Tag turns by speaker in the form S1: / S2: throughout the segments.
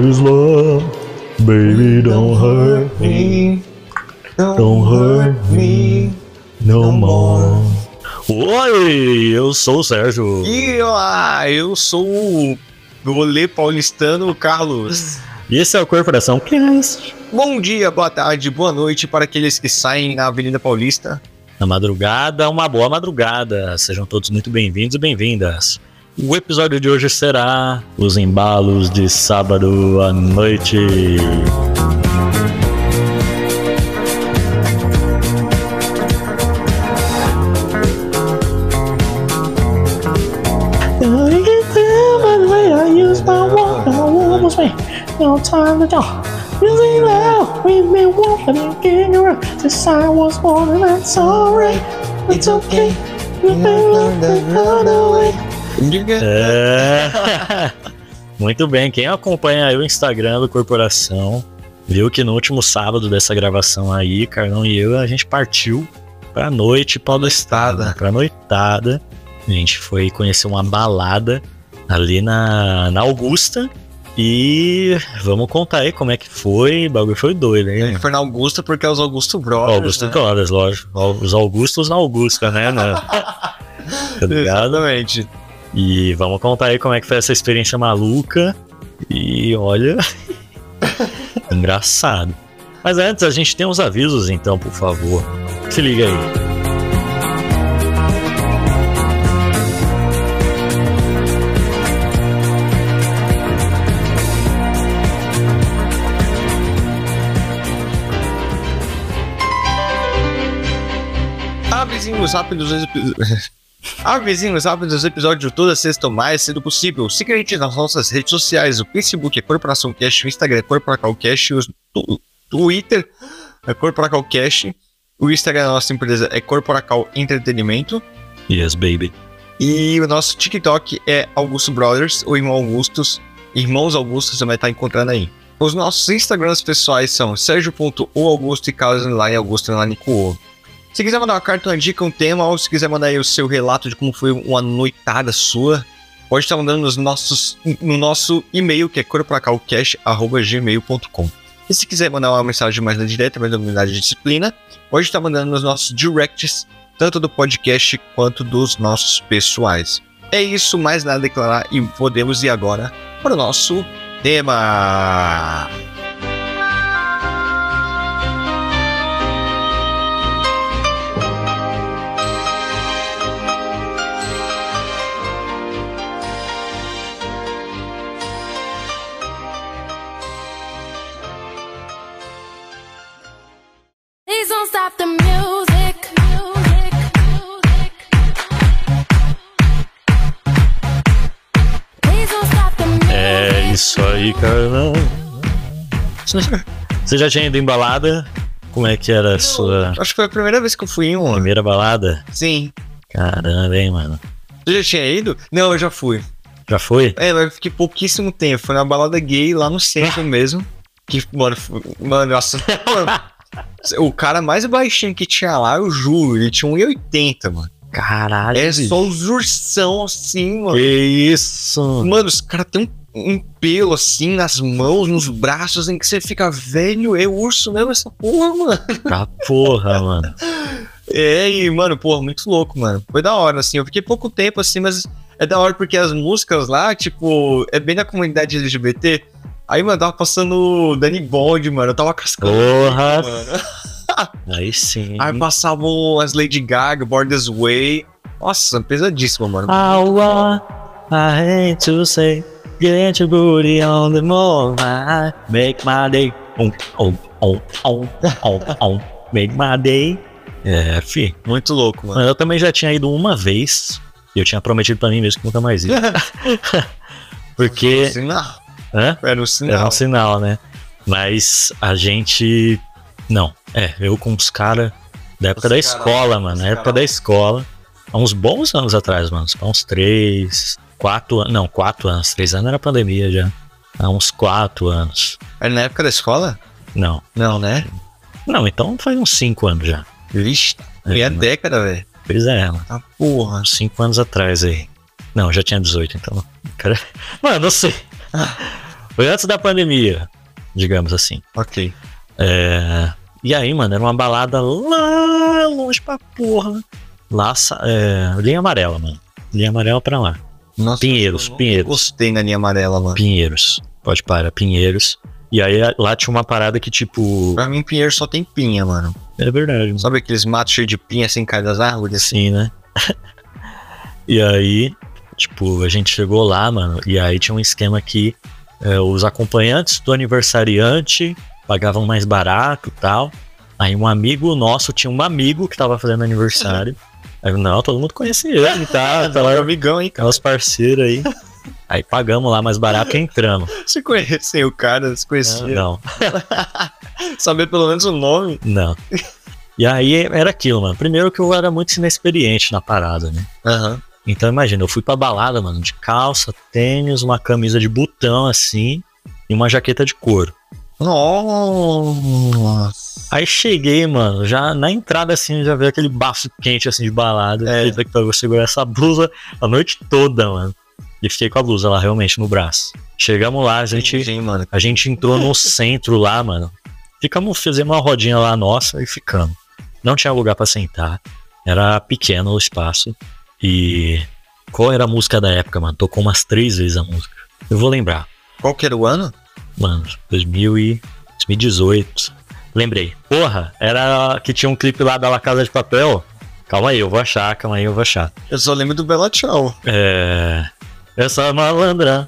S1: is love, baby don't hurt me, don't hurt me no more. Oi, eu sou o Sérgio.
S2: E olá, eu sou o Golê Paulistano Carlos.
S1: E esse é o Corporação Cast.
S2: Bom dia, boa tarde, boa noite para aqueles que saem na Avenida Paulista.
S1: Na madrugada, uma boa madrugada. Sejam todos muito bem-vindos e bem-vindas. O episódio de hoje será os embalos de sábado à noite.
S3: No time to talk. Really now, we may walk and I'm getting around. Since I was born and that's alright. It's okay. You've been locked and run away.
S1: É. Muito bem, quem acompanha aí o Instagram do Corporação viu que no último sábado dessa gravação aí, Carlão e eu, a gente partiu pra noite paulistada, pra noitada. A gente foi conhecer uma balada ali na, na Augusta. E vamos contar aí como é que foi. O bagulho foi doido, hein?
S2: Foi na Augusta porque é os Augusto Brothers.
S1: Augusto
S2: né?
S1: Brothers, lógico. Os Augustos na Augusta, né? Na- tá ligado?
S2: Exatamente.
S1: E vamos contar aí como é que foi essa experiência maluca. E olha. Engraçado. Mas antes, a gente tem uns avisos, então, por favor. Se liga aí.
S2: Avisinhos rápidos. os epi- Avisinhos rápidos, episódio toda sexta o mais cedo possível. Siga a gente nas nossas redes sociais: o Facebook é Corporação Cash, o Instagram é Corporacal Cash, o tu- Twitter é Corporacal Cash, o Instagram da nossa empresa é Corporacal Entretenimento
S1: Yes, baby.
S2: e o nosso TikTok é Augusto Brothers ou Irmão Augustos, Irmãos Augustos, você vai estar encontrando aí. Os nossos Instagrams pessoais são sergio.oaugusto e carlos__augusto__cuo. Se quiser mandar uma carta, uma dica, um tema, ou se quiser mandar aí o seu relato de como foi uma noitada sua, pode estar mandando nos nossos, no nosso e-mail, que é corporacalcast.gmail.com. E se quiser mandar uma mensagem mais na direta, mais na unidade de disciplina, pode estar mandando nos nossos directs, tanto do podcast quanto dos nossos pessoais. É isso, mais nada a declarar e podemos ir agora para o nosso tema.
S4: Please don't stop the music. music, music. Please don't stop the music.
S1: É isso aí, Carlão. Você já tinha ido em balada? Como é que era a sua
S2: Acho que foi a primeira vez que eu fui em um.
S1: primeira balada?
S2: Sim.
S1: Caramba, hein, mano.
S2: Você já tinha ido? Não, eu já fui.
S1: Já foi?
S2: É, mas eu fiquei pouquíssimo tempo. Foi na balada gay lá no centro mesmo. Que, mano, foi- mano, nossa. mano, o cara mais baixinho que tinha lá, eu juro, ele tinha 1,80, mano.
S1: Caralho.
S2: É só os ursão assim,
S1: Que
S2: mano.
S1: isso?
S2: Mano, os caras têm um, um pelo assim nas mãos, nos braços, em que você fica velho, é urso mesmo essa porra, mano.
S1: Tá porra, mano.
S2: É, e, mano, porra, muito louco, mano. Foi da hora, assim. Eu fiquei pouco tempo assim, mas é da hora porque as músicas lá, tipo, é bem da comunidade LGBT. Aí, mano, tava passando Danny Bond, mano. Eu tava cascando.
S1: Porra.
S2: mano.
S1: Aí sim.
S2: Aí passavam as Lady Gaga, Borders Way. Nossa, pesadíssimo, mano.
S1: I want, I hate to say, get your booty on the moon, I make my day, um, um, um, um, um, um, make my day. É, fi.
S2: Muito louco, mano.
S1: Mas eu também já tinha ido uma vez, e eu tinha prometido pra mim mesmo que nunca mais ia. Porque,
S2: um Sinal.
S1: hã?
S2: Era um
S1: Era
S2: sinal.
S1: um sinal, né? Mas a gente. Não, é, eu com os caras da época da escola, mano. Na época da escola. Há uns bons anos atrás, mano. Há uns três, quatro anos. Não, quatro anos. Três anos era pandemia já. Há uns quatro anos.
S2: Era na época da escola?
S1: Não.
S2: Não, né?
S1: Não, então faz uns cinco anos já.
S2: Vixe,
S1: É,
S2: meia
S1: né?
S2: década, velho.
S1: Pois é, mano.
S2: Tá porra.
S1: Uns cinco anos atrás aí. Não, eu já tinha 18, então. Cara... Mano, não sei. Foi antes da pandemia, digamos assim.
S2: Ok.
S1: É, E aí, mano, era uma balada lá longe pra porra. Lá, sa- é, linha amarela, mano. Linha amarela pra lá.
S2: Nossa,
S1: Pinheiros,
S2: eu não
S1: Pinheiros.
S2: Gostei na linha amarela, mano.
S1: Pinheiros. Pode parar, Pinheiros. E aí a- lá tinha uma parada que, tipo.
S2: Pra mim, Pinheiro só tem pinha, mano.
S1: É verdade, mano.
S2: Sabe aqueles matos cheios de pinha sem cair das árvores?
S1: Assim, né? e aí, tipo, a gente chegou lá, mano. E aí tinha um esquema que é, os acompanhantes do aniversariante pagavam mais barato e tal. Aí um amigo nosso tinha um amigo que tava fazendo aniversário. Aí, eu, não, todo mundo conhecia ele, tá? Tá lá,
S2: Era amigão, hein?
S1: Aquelas parceiras aí. Aí pagamos lá mais barato e entramos.
S2: Se conhecem o cara, se conhecia.
S1: Não,
S2: Saber pelo menos o nome.
S1: Não. E aí era aquilo, mano. Primeiro que eu era muito inexperiente na parada, né?
S2: Aham.
S1: Então imagina, eu fui pra balada, mano, de calça, tênis, uma camisa de botão assim e uma jaqueta de couro.
S2: Nossa.
S1: Aí cheguei, mano, já na entrada assim, já veio aquele bafo quente assim de balada.
S2: É.
S1: Eu falei, "Puta que pariu, vou segurar essa blusa a noite toda, mano. E fiquei com a blusa lá realmente no braço. Chegamos lá, a gente
S2: Gente, mano.
S1: A gente entrou no centro lá, mano. Ficamos, fizemos uma rodinha lá nossa e ficamos. Não tinha lugar pra sentar. Era pequeno o espaço. E qual era a música da época, mano? Tocou umas três vezes a música. Eu vou lembrar,
S2: Qual que era o ano?
S1: mano. 2000 e 2018. Lembrei. Porra, era que tinha um clipe lá da La Casa de Papel. Calma aí, eu vou achar, calma aí, eu vou achar.
S2: Eu só lembro do Bela Tchau.
S1: É. Essa malandra,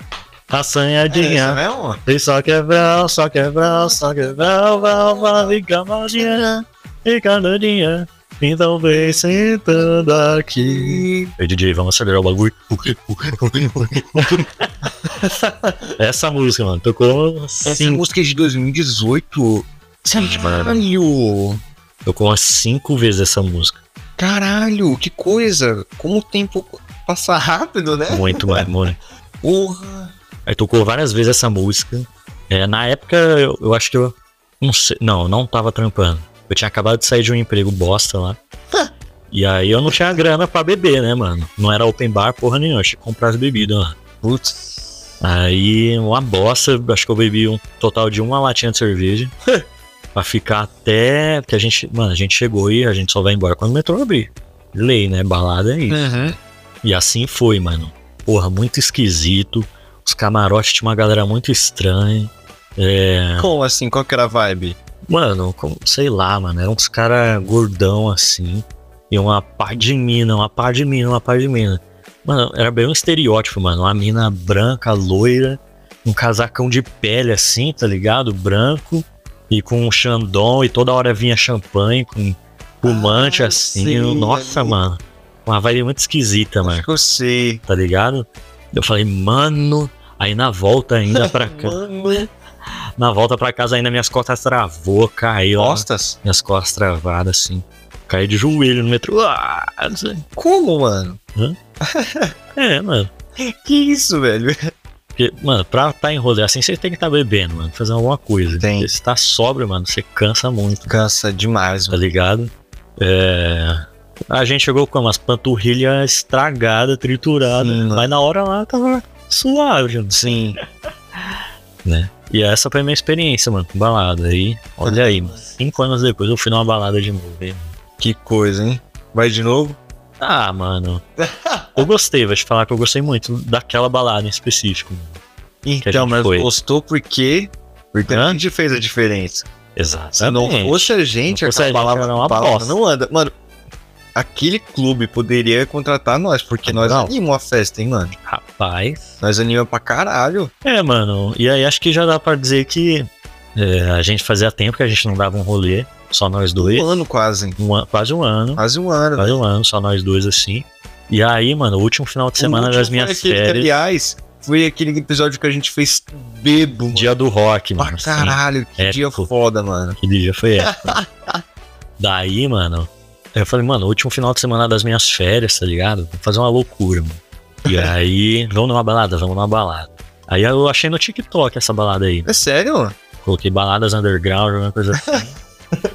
S1: assanhadinha.
S2: É essa mesmo?
S1: E só quebrar, só quebrar, só é quebrar, vai, vai, fica maldinha, fica doidinha, então vem sentando aqui. Ei, DJ, vamos acelerar o bagulho. Essa música, mano, tocou umas
S2: Essa
S1: cinco,
S2: música é de 2018. Caralho!
S1: tocou umas cinco vezes essa música.
S2: Caralho, que coisa! Como o tempo passa rápido, né?
S1: Muito, mano, muito.
S2: Porra!
S1: Aí tocou várias vezes essa música. É, na época, eu, eu acho que eu. Não sei. Não, eu não tava trampando. Eu tinha acabado de sair de um emprego bosta lá. E aí eu não tinha grana pra beber, né, mano? Não era open bar, porra nenhuma. Eu tinha que comprar as bebidas, mano.
S2: Putz.
S1: Aí, uma bosta. Acho que eu bebi um total de uma latinha de cerveja. pra ficar até. Porque a gente. Mano, a gente chegou e a gente só vai embora quando o metrô abrir. Lei, né? Balada é isso.
S2: Uhum.
S1: E assim foi, mano. Porra, muito esquisito. Os camarotes tinha uma galera muito estranha. É.
S2: Como assim? Qual que era a vibe?
S1: Mano, como- sei lá, mano. Eram uns caras gordão assim. E uma par de mina, uma par de mina, uma par de mina. Mano, era bem um estereótipo, mano. Uma mina branca, loira. Um casacão de pele assim, tá ligado? Branco. E com um xandão. E toda hora vinha champanhe com fumante
S2: Ah,
S1: assim.
S2: sim,
S1: Nossa,
S2: ali.
S1: mano. Uma vibe muito esquisita, mano
S2: Acho que eu sei.
S1: tá ligado? Eu falei, mano. Aí na volta ainda pra casa.
S2: Mano.
S1: na volta pra casa ainda minhas costas travou, caiu. ó.
S2: Costas?
S1: Minhas costas travadas, assim. Caí de joelho no metrô. Ah, não sei.
S2: Como, mano?
S1: É, mano.
S2: Que é isso, velho?
S1: Porque, mano, pra tá em rolê assim, você tem que tá bebendo, mano. Fazer alguma coisa.
S2: Tem.
S1: Porque Se tá sóbrio, mano, você cansa muito,
S2: Cansa demais,
S1: tá
S2: mano.
S1: ligado? É. A gente chegou com umas panturrilhas estragadas, trituradas.
S2: Sim, mano.
S1: mas na hora lá tava suave, mano.
S2: Sim.
S1: E essa foi a minha experiência, mano, com balada. Aí, olha aí, mano. Cinco anos depois eu fui numa balada de novo. hein?
S2: Que coisa, hein? Vai de novo?
S1: Ah, mano. Eu gostei, vou te falar que eu gostei muito daquela balada em específico. mano.
S2: Então,
S1: gente
S2: mas
S1: foi.
S2: gostou porque. Porque a
S1: Hã?
S2: gente fez a diferença.
S1: Exato.
S2: Se não fosse a gente,
S1: Não fosse a
S2: aquela
S1: gente,
S2: palavra,
S1: era uma
S2: palavra
S1: bosta.
S2: não anda. Mano, aquele clube poderia contratar nós, porque nós
S1: Não.
S2: animamos a festa, hein, mano?
S1: Rapaz.
S2: Nós animamos pra caralho.
S1: É, mano. E aí acho que já dá pra dizer que é, a gente fazia tempo que a gente não dava um rolê, só nós dois.
S2: Um ano quase, hein?
S1: Um an- quase um ano.
S2: Quase um ano.
S1: Quase um ano, só nós dois assim. E aí, mano, o último final de semana
S2: O
S1: das
S2: último foi
S1: minhas
S2: aquele que,
S1: férias.
S2: aliás, foi aquele episódio que a gente fez bebo, mano.
S1: Dia do rock,
S2: Pra
S1: mano. assim.
S2: caralho, que dia
S1: Épico.
S2: foda, mano.
S1: Que dia foi essa? Daí, mano, eu falei, mano, último final de semana das minhas férias, tá ligado? Vou fazer uma loucura, mano. E aí, vamos numa balada, vamos numa balada. Aí eu achei no TikTok essa balada aí.
S2: É sério?
S1: Coloquei baladas underground, alguma coisa assim.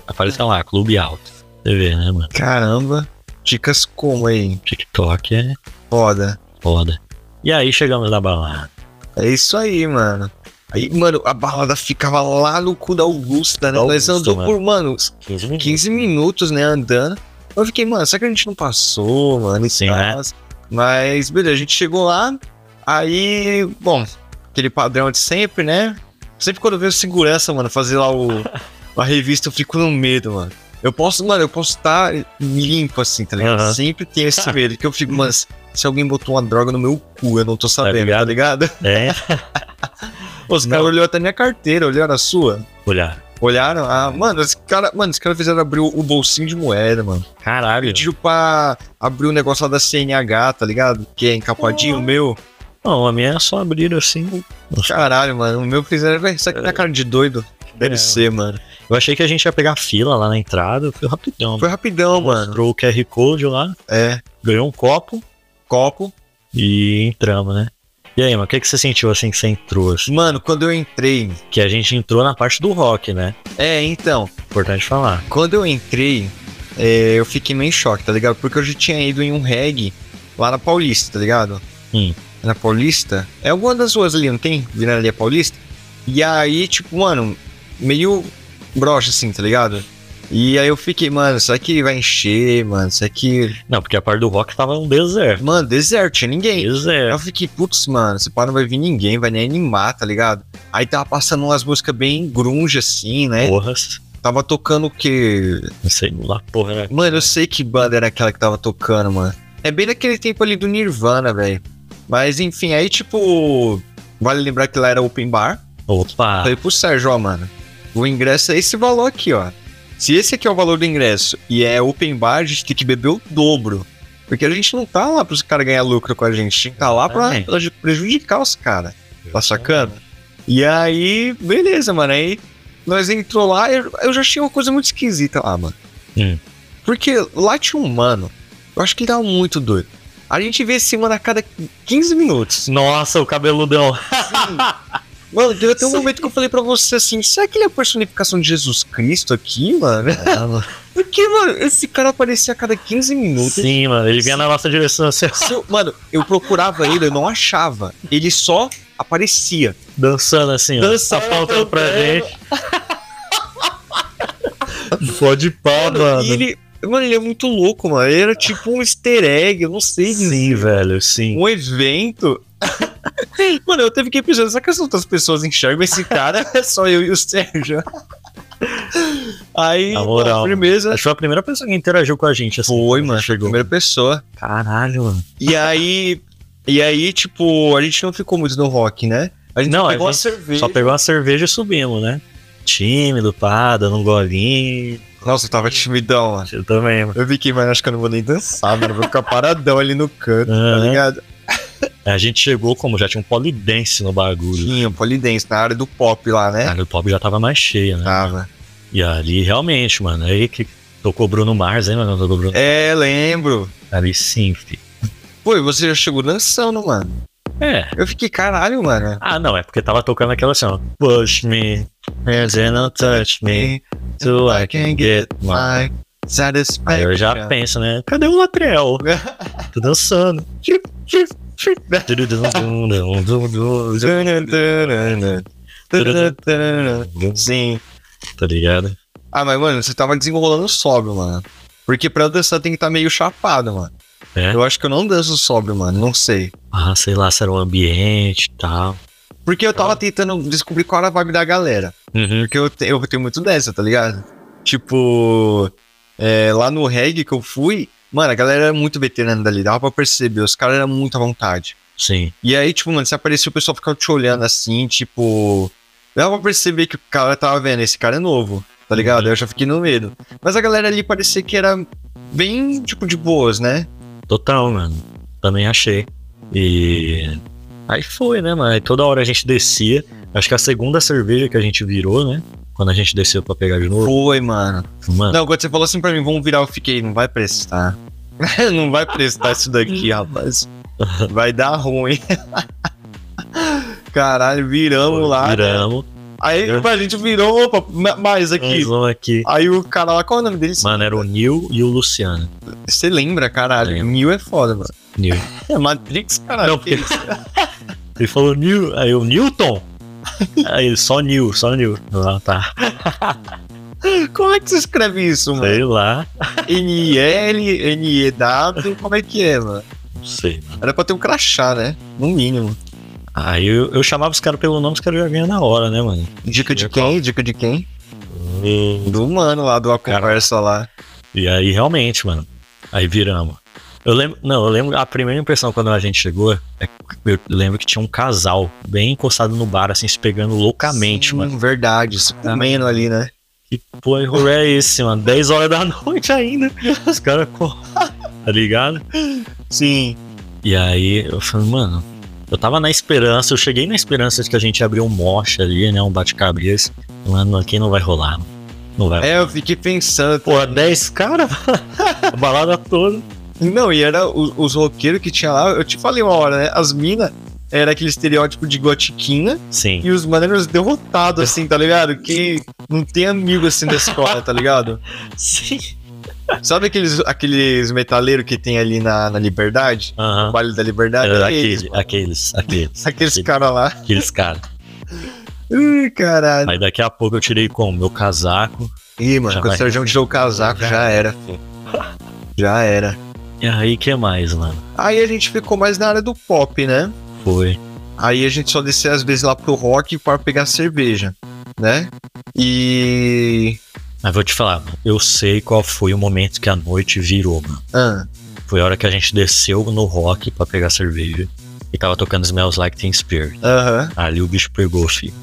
S1: Apareceu lá, Clube Alto. Você vê, né, mano?
S2: Caramba. Dicas como aí?
S1: TikTok é
S2: Foda.
S1: foda. E aí chegamos na balada.
S2: É isso aí, mano. Aí, mano, a balada ficava lá no cu da Augusta, né?
S1: Da
S2: Nós
S1: Augusta,
S2: andamos
S1: mano.
S2: por, mano,
S1: 15 minutos.
S2: 15 minutos, né, andando. Eu fiquei, mano, será que a gente não passou, mano? e
S1: Sim,
S2: tal?
S1: né?
S2: Mas, beleza, a gente chegou lá. Aí, bom, aquele padrão de sempre, né? Sempre quando eu vejo segurança, mano, fazer lá o, a revista, eu fico no medo, mano. Eu posso, mano, eu posso estar limpo assim, tá ligado?
S1: Aham.
S2: Sempre tenho esse medo, que eu fico, mano, se se alguém botou uma droga no meu cu, eu não tô sabendo, tá
S1: ligado?
S2: ligado?
S1: É,
S2: Os caras olharam até minha carteira, olharam a sua.
S1: olhar.
S2: Olharam, ah, mano, esse cara, mano, esse cara fizeram abrir o o bolsinho de moeda, mano.
S1: Caralho.
S2: Pediram pra abrir o negócio lá da CNH, tá ligado? Que é encapadinho, o meu.
S1: Não, a minha é só abriram assim.
S2: Caralho, mano, o meu fizeram, velho, isso aqui tá cara de doido. Deve
S1: É.
S2: ser, mano.
S1: Eu achei que a gente ia pegar fila lá na entrada. Foi rapidão.
S2: Foi rapidão, mano.
S1: Mostrou o QR Code lá,
S2: É,
S1: ganhou um copo
S2: copo.
S1: e entramos, né? E aí, mano, o que, que você sentiu assim que você entrou? assim?
S2: Mano, quando eu entrei.
S1: Que a gente entrou na parte do rock, né?
S2: É, então,
S1: Importante falar.
S2: quando eu entrei, é, eu fiquei meio em choque, tá ligado? Porque eu já tinha ido em um reggae lá na Paulista, tá ligado?
S1: Hum.
S2: Na Paulista. É alguma das ruas ali, não tem? Virando ali a Paulista. E aí, tipo, mano, meio broxa assim, tá ligado? E aí eu fiquei, mano, será que vai encher, mano? Será que.
S1: Não, porque a parte do rock tava um deserto.
S2: Mano, deserto, tinha ninguém. Aí
S1: Deserto.
S2: Eu fiquei, putz, mano, esse pá não vai vir ninguém, vai nem animar, tá ligado? Aí tava passando umas músicas bem grunge, assim, né?
S1: Porras.
S2: Tava tocando o quê?
S1: Não sei lá, porra. né? Era...
S2: Mano, eu sei que banda era aquela que tava tocando, mano. É bem daquele tempo ali do Nirvana, velho. Mas enfim, aí tipo. Vale lembrar que lá era open bar.
S1: Opa.
S2: Falei pro Sérgio, ó, mano. O ingresso é esse valor aqui, ó. Se esse aqui é o valor do ingresso e é open bar, a gente tem que beber o dobro. Porque a gente não tá lá pros caras ganhar lucro com a gente. A gente tá lá pra,
S1: Exatamente.
S2: pra prejudicar os caras. Tá sacando? E aí, beleza, mano. Aí nós entrou lá, eu, eu já achei uma coisa muito esquisita lá, mano.
S1: Hum.
S2: Porque lá tinha um mano, eu acho que ele tava muito doido. A gente vê esse mano a cada 15 minutos.
S1: Nossa, o cabeludão.
S2: Mano, teve até um momento que eu falei pra você assim: será que ele é a personificação de Jesus Cristo aqui, mano?
S1: É,
S2: Porque, mano, esse cara aparecia a cada 15 minutos.
S1: Sim, mano, ele vinha na nossa direção assim,
S2: Se eu- mano, eu procurava ele, eu não achava. Ele só aparecia.
S1: dançando assim, ó.
S2: Dançando,
S1: apontando pra
S2: dançando.
S1: gente. Pode pá, mano.
S2: E ele, mano, ele é muito louco, mano. Ele era tipo um easter egg, eu não sei
S1: Sim, velho, sim.
S2: um evento. Mano, eu até fiquei pensando, será que as outras pessoas enxergam esse cara? É só eu e o Sérgio. Aí,
S1: Na moral.
S2: pô, firmeza.
S1: Acho que foi a primeira pessoa que interagiu com a gente assim.
S2: Foi, mano,
S1: Chegou.
S2: primeira pessoa.
S1: Caralho, mano.
S2: E aí, e aí, tipo, a gente não ficou muito no rock, né? A gente
S1: Não,
S2: só
S1: a
S2: pegou
S1: gente
S2: uma cerveja.
S1: Só pegou uma cerveja e subimos, né? Tímido, pá, dando um golinho.
S2: Nossa, eu tava timidão, mano.
S1: Eu também, mano.
S2: Eu fiquei, mano, acho que eu não vou nem dançar, mano. Eu Vou ficar paradão ali no canto, tá
S1: Aham.
S2: ligado?
S1: A gente chegou como já tinha um polidense no bagulho.
S2: Tinha um polidense na área do pop lá, né?
S1: Cara, o pop já tava mais cheio, né?
S2: Tava.
S1: E ali, realmente, mano, aí que tocou Bruno Mars, hein, mano? Tocou Bruno
S2: É, lembro.
S1: Ali sim, fi.
S2: Pô, e você já chegou dançando, mano.
S1: É.
S2: Eu fiquei, caralho, mano.
S1: Ah, não, é porque tava tocando aquela assim, ó. Push me, and then don't touch me,
S2: me
S1: so I can get my...
S2: my
S1: Aí eu
S2: satisfaction.
S1: já penso, né? Cadê o Latrell? Tô dançando.
S2: Sim.
S1: Tá ligado?
S2: Ah, mas, mano, você tava desenrolando sóbrio, mano. Porque pra eu dançar tem que estar meio chapado, mano.
S1: É?
S2: Eu acho que eu não danço sóbrio, mano. Não sei.
S1: Ah, sei lá, se era o ambiente e tal.
S2: Porque eu tava tentando descobrir qual era a vibe da galera.
S1: Uhum.
S2: Porque eu, te- eu tenho muito dessa, tá ligado? Tipo, é, lá no reggae que eu fui, mano, a galera era muito veterana dali. Dava pra perceber. Os caras eram muito à vontade.
S1: Sim.
S2: E aí, tipo, mano, se aparecia o pessoal ficava te olhando assim, tipo. Dava pra perceber que o cara tava vendo, esse cara é novo, tá ligado? Aí Eu já fiquei no medo. Mas a galera ali parecia que era bem, tipo, de boas, né?
S1: Total, mano. Também achei. E. Aí foi, né, mano? Aí toda hora a gente descia. Acho que a segunda cerveja que a gente virou, né? Quando a gente desceu pra pegar de novo.
S2: Foi, mano.
S1: Mano,
S2: Não, quando você falou assim pra mim, vamos virar, eu fiquei, não vai prestar. não vai prestar isso daqui, rapaz. Vai dar ruim. Caralho, viramos lá. né?
S1: viramos.
S2: Aí tipo, a gente virou, opa, ma- mais
S1: Mais
S2: aqui.
S1: um aqui.
S2: Aí o cara lá, qual é o nome dele?
S1: Mano, era o Neil e o Luciano.
S2: Você lembra, caralho.
S1: Lembro.
S2: Neil é foda, mano.
S1: Neil.
S2: É Matrix, caralho.
S1: Não, porque- Ele falou Neil. Aí o Newton. Aí, só new, só new. Ah, tá.
S2: Como é que se escreve isso, mano?
S1: Sei lá.
S2: N-I-L, N-E-W, como é que é, mano?
S1: Não sei.
S2: Era pra ter um crachá, né? No mínimo.
S1: Aí eu, eu chamava os caras pelo nome, os caras já vinham na hora, né, mano?
S2: Dica de
S1: E qual?
S2: quem? Dica de quem? Do mano lá, do A Conversa lá.
S1: E aí, realmente, mano. Aí viramos. Eu lembro, não, eu lembro, a primeira impressão quando a gente chegou, é que eu lembro que tinha um casal bem encostado no bar, assim, se pegando loucamente,
S2: Sim,
S1: mano.
S2: Verdade, se comendo ali, né?
S1: Que pô, rolê é esse, mano? 10 horas da noite ainda. Os caras, co- tá ligado?
S2: Sim.
S1: E aí eu falei, mano, eu tava na esperança, eu cheguei na esperança de que a gente abriu um moche ali, né? Um bate-cabeça. Mano, aqui não vai rolar, mano. Não vai.
S2: É, eu fiquei pensando.
S1: Pô, 10 caras, a balada toda.
S2: Não, e era os, os roqueiros que tinha lá, eu te falei uma hora, né? As minas era aquele estereótipo de gotiquinha
S1: Sim.
S2: e os maneiros derrotados, assim, tá ligado? Que não tem amigo assim da escola, tá ligado?
S1: Sim.
S2: Sabe aqueles, aqueles metaleiros que tem ali na, na Liberdade?
S1: Aham.
S2: No Baile da Liberdade?
S1: Era
S2: Eles,
S1: aquele, aqueles, aqueles,
S2: É, aqueles
S1: aquele-
S2: caras lá.
S1: aqueles caras.
S2: Ih, caralho.
S1: Aí daqui a pouco eu tirei com o meu casaco.
S2: Ih, mano,
S1: Já
S2: quando o
S1: vai.
S2: Sérgio tirou o casaco, já era, filho. Já era.
S1: E aí, que mais, mano?
S2: Aí a gente ficou mais na área do pop, né?
S1: Foi.
S2: Aí a gente só descia às vezes lá pro rock para pegar cerveja, né? E.
S1: Mas vou te falar, mano, eu sei qual foi o momento que a noite virou, mano.
S2: Ah,
S1: Foi a hora que a gente desceu no rock pra pegar cerveja e tava tocando Smells Like Teen Spirit.
S2: aham.
S1: Ali o bicho pegou, filho.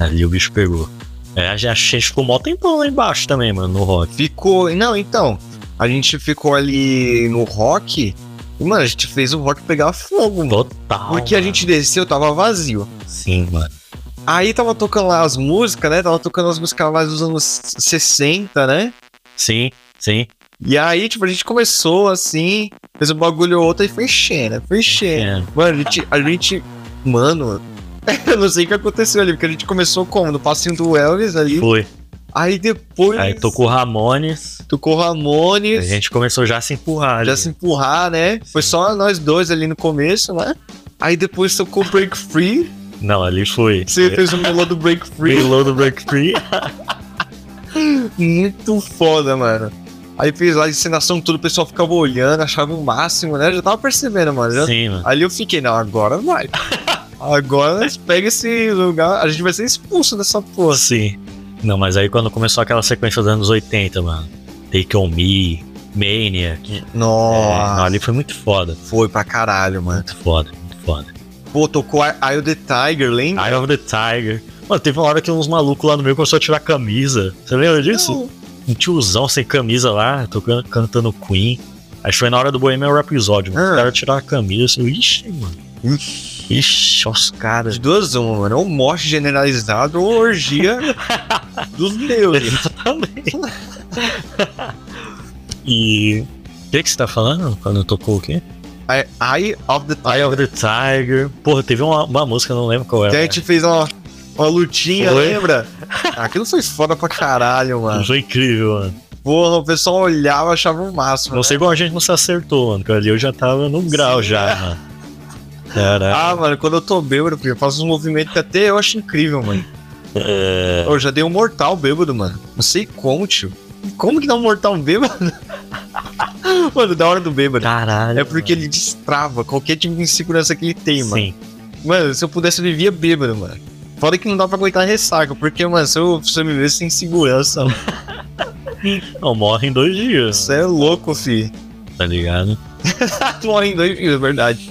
S1: Ali o bicho pegou. É, a gente a gente ficou mó tempão lá embaixo também, mano, no rock.
S2: Ficou. Não, então. A gente ficou ali no rock. E, mano, a gente fez o rock pegar fogo, mano.
S1: Total.
S2: Porque a
S1: mano.
S2: gente desceu, tava vazio.
S1: Sim, mano.
S2: Aí tava tocando lá as músicas, né? Tava tocando as músicas mais dos anos 60, né?
S1: Sim, sim.
S2: E aí, tipo, a gente começou assim, fez um bagulho ou outro e foi enchendo, né? Foi enchendo.
S1: É.
S2: Mano, a gente. A gente mano. Eu não sei o que aconteceu ali, porque a gente começou como? No passinho do Elvis ali.
S1: Foi.
S2: Aí depois.
S1: Aí tocou Ramones.
S2: Tocou
S1: A
S2: Ramones.
S1: gente começou já a se empurrar.
S2: Já
S1: ali.
S2: se empurrar, né? Foi só nós dois ali no começo, né? Aí depois tocou Break Free.
S1: Não, ali foi.
S2: Você fez o melô do Break Free.
S1: Reload do Break Free.
S2: Muito foda, mano. Aí fez lá a encenação tudo, o pessoal ficava olhando, achava o máximo, né? Eu já tava percebendo, mano. Já-
S1: Sim, mano.
S2: Ali eu fiquei, não, agora vai. Agora nós pega esse lugar, a gente vai ser expulso dessa porra.
S1: Sim. Não, mas aí quando começou aquela sequência dos anos 80, mano. Take On Me, Maniac. É, não,
S2: Nossa,
S1: ali foi muito foda.
S2: foi pra caralho, mano.
S1: Muito foda, muito foda.
S2: Pô, tocou I- Eye of the Tiger, lembra?
S1: Eye of the Tiger. Mano, teve uma hora que uns malucos lá no meio começaram a tirar a camisa. Você lembra disso? Um tiozão sem camisa lá, tocando, cantando Queen. Aí foi na hora do Bohemian Rhapsody, mano.
S2: Ah.
S1: Os caras tiraram a camisa. Eu, Ixi, mano. Ixi, olha os caras.
S2: De duas uma, mano. Ou morte generalizada ou orgia dos deuses.
S1: Exatamente. e. O que, que você tá falando? Quando tocou o quê?
S2: Eye- Eye of the Tiger.
S1: Eye of the Tiger. Porra, teve uma, uma música, não lembro qual
S2: Que a
S1: era.
S2: gente fez uma, uma lutinha,
S1: Foi.
S2: lembra? Ah, Aquilo foi foda pra caralho, mano.
S1: Foi incrível, mano.
S2: Porra, o pessoal olhava e achava o máximo.
S1: Não sei como a gente não se acertou, mano. Porque ali eu já tava num grau já, mano. Caraca.
S2: Ah, mano, quando eu tô bêbado, filho, eu faço um movimento que até eu acho incrível, mano. Eu já dei um mortal bêbado, mano. Não sei como, tio. Como que dá um mortal bêbado? mano, da hora do bêbado.
S1: Caralho.
S2: É porque ele destrava qualquer tipo de insegurança que ele tem, mano.
S1: Sim.
S2: Mano, se eu pudesse, eu vivia bêbado, mano. Foda que não dá pra aguentar ressaca, porque, mano, se eu, se eu me ver sem segurança, mano,
S1: Não, morre em dois dias,
S2: você é louco, fi.
S1: tá ligado?
S2: Tu Morre em dois dias, é verdade.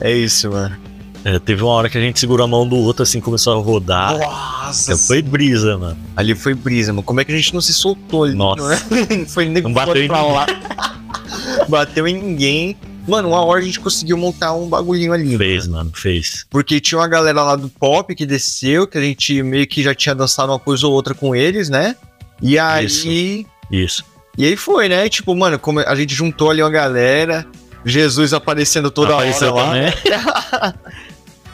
S2: É isso, mano.
S1: É, teve uma hora que a gente segurou a mão do outro, assim, começou a rodar.
S2: Nossa,
S1: Foi brisa, mano.
S2: Ali foi brisa, mano. Como é que a gente não se soltou ali?
S1: Nossa.
S2: Não é? foi nem
S1: Não bateu em
S2: pra lá. bateu em ninguém. Mano, uma hora a gente conseguiu montar um bagulhinho ali.
S1: Fez, mano, fez.
S2: Porque tinha uma galera lá do pop que desceu, que a gente meio que já tinha dançado uma coisa ou outra com eles, né? E aí.
S1: Isso. Isso.
S2: E aí foi, né? Tipo, mano, como a gente juntou ali uma galera, Jesus aparecendo toda
S1: Apareceu
S2: hora lá.
S1: também.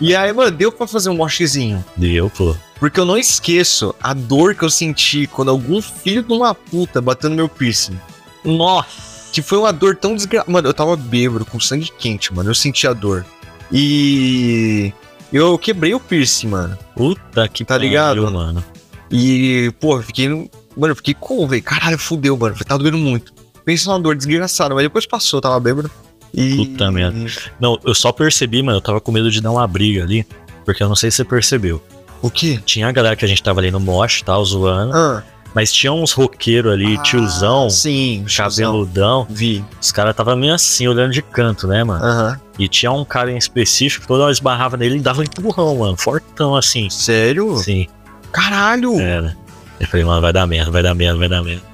S2: E aí, mano, deu pra fazer um mochezinho.
S1: Deu, pô.
S2: Porque eu não esqueço a dor que eu senti quando algum filho de uma puta bateu no meu piercing. Nossa! Que foi uma dor tão desgraçada. Mano, eu tava bêbado, com sangue quente, mano. Eu senti a dor. E. Eu quebrei o piercing, mano.
S1: Puta que
S2: Tá ligado?
S1: mano.
S2: E, pô, eu fiquei no. Mano, eu fiquei com, velho. Caralho, fudeu, mano. Tá doendo muito. Pensa numa dor desgraçada, mas depois passou, eu tava bêbado. E.
S1: Puta merda. Não, eu só percebi, mano, eu tava com medo de dar uma briga ali, porque eu não sei se você percebeu.
S2: O quê?
S1: Tinha a galera que a gente tava ali no mosh, tal, zoando,
S2: Ah,
S1: mas tinha uns roqueiros ali,
S2: Ah,
S1: tiozão,
S2: sim. tiozão.
S1: cabeludão,
S2: Vi.
S1: os caras tava meio assim, olhando de canto, né, mano?
S2: Aham.
S1: E tinha um cara em específico, toda hora eu esbarrava nele e dava um empurrão, mano, fortão assim.
S2: Sério?
S1: Sim, É.
S2: Caralho!
S1: era. Eu falei, mano, vai dar merda, vai dar merda, vai dar merda.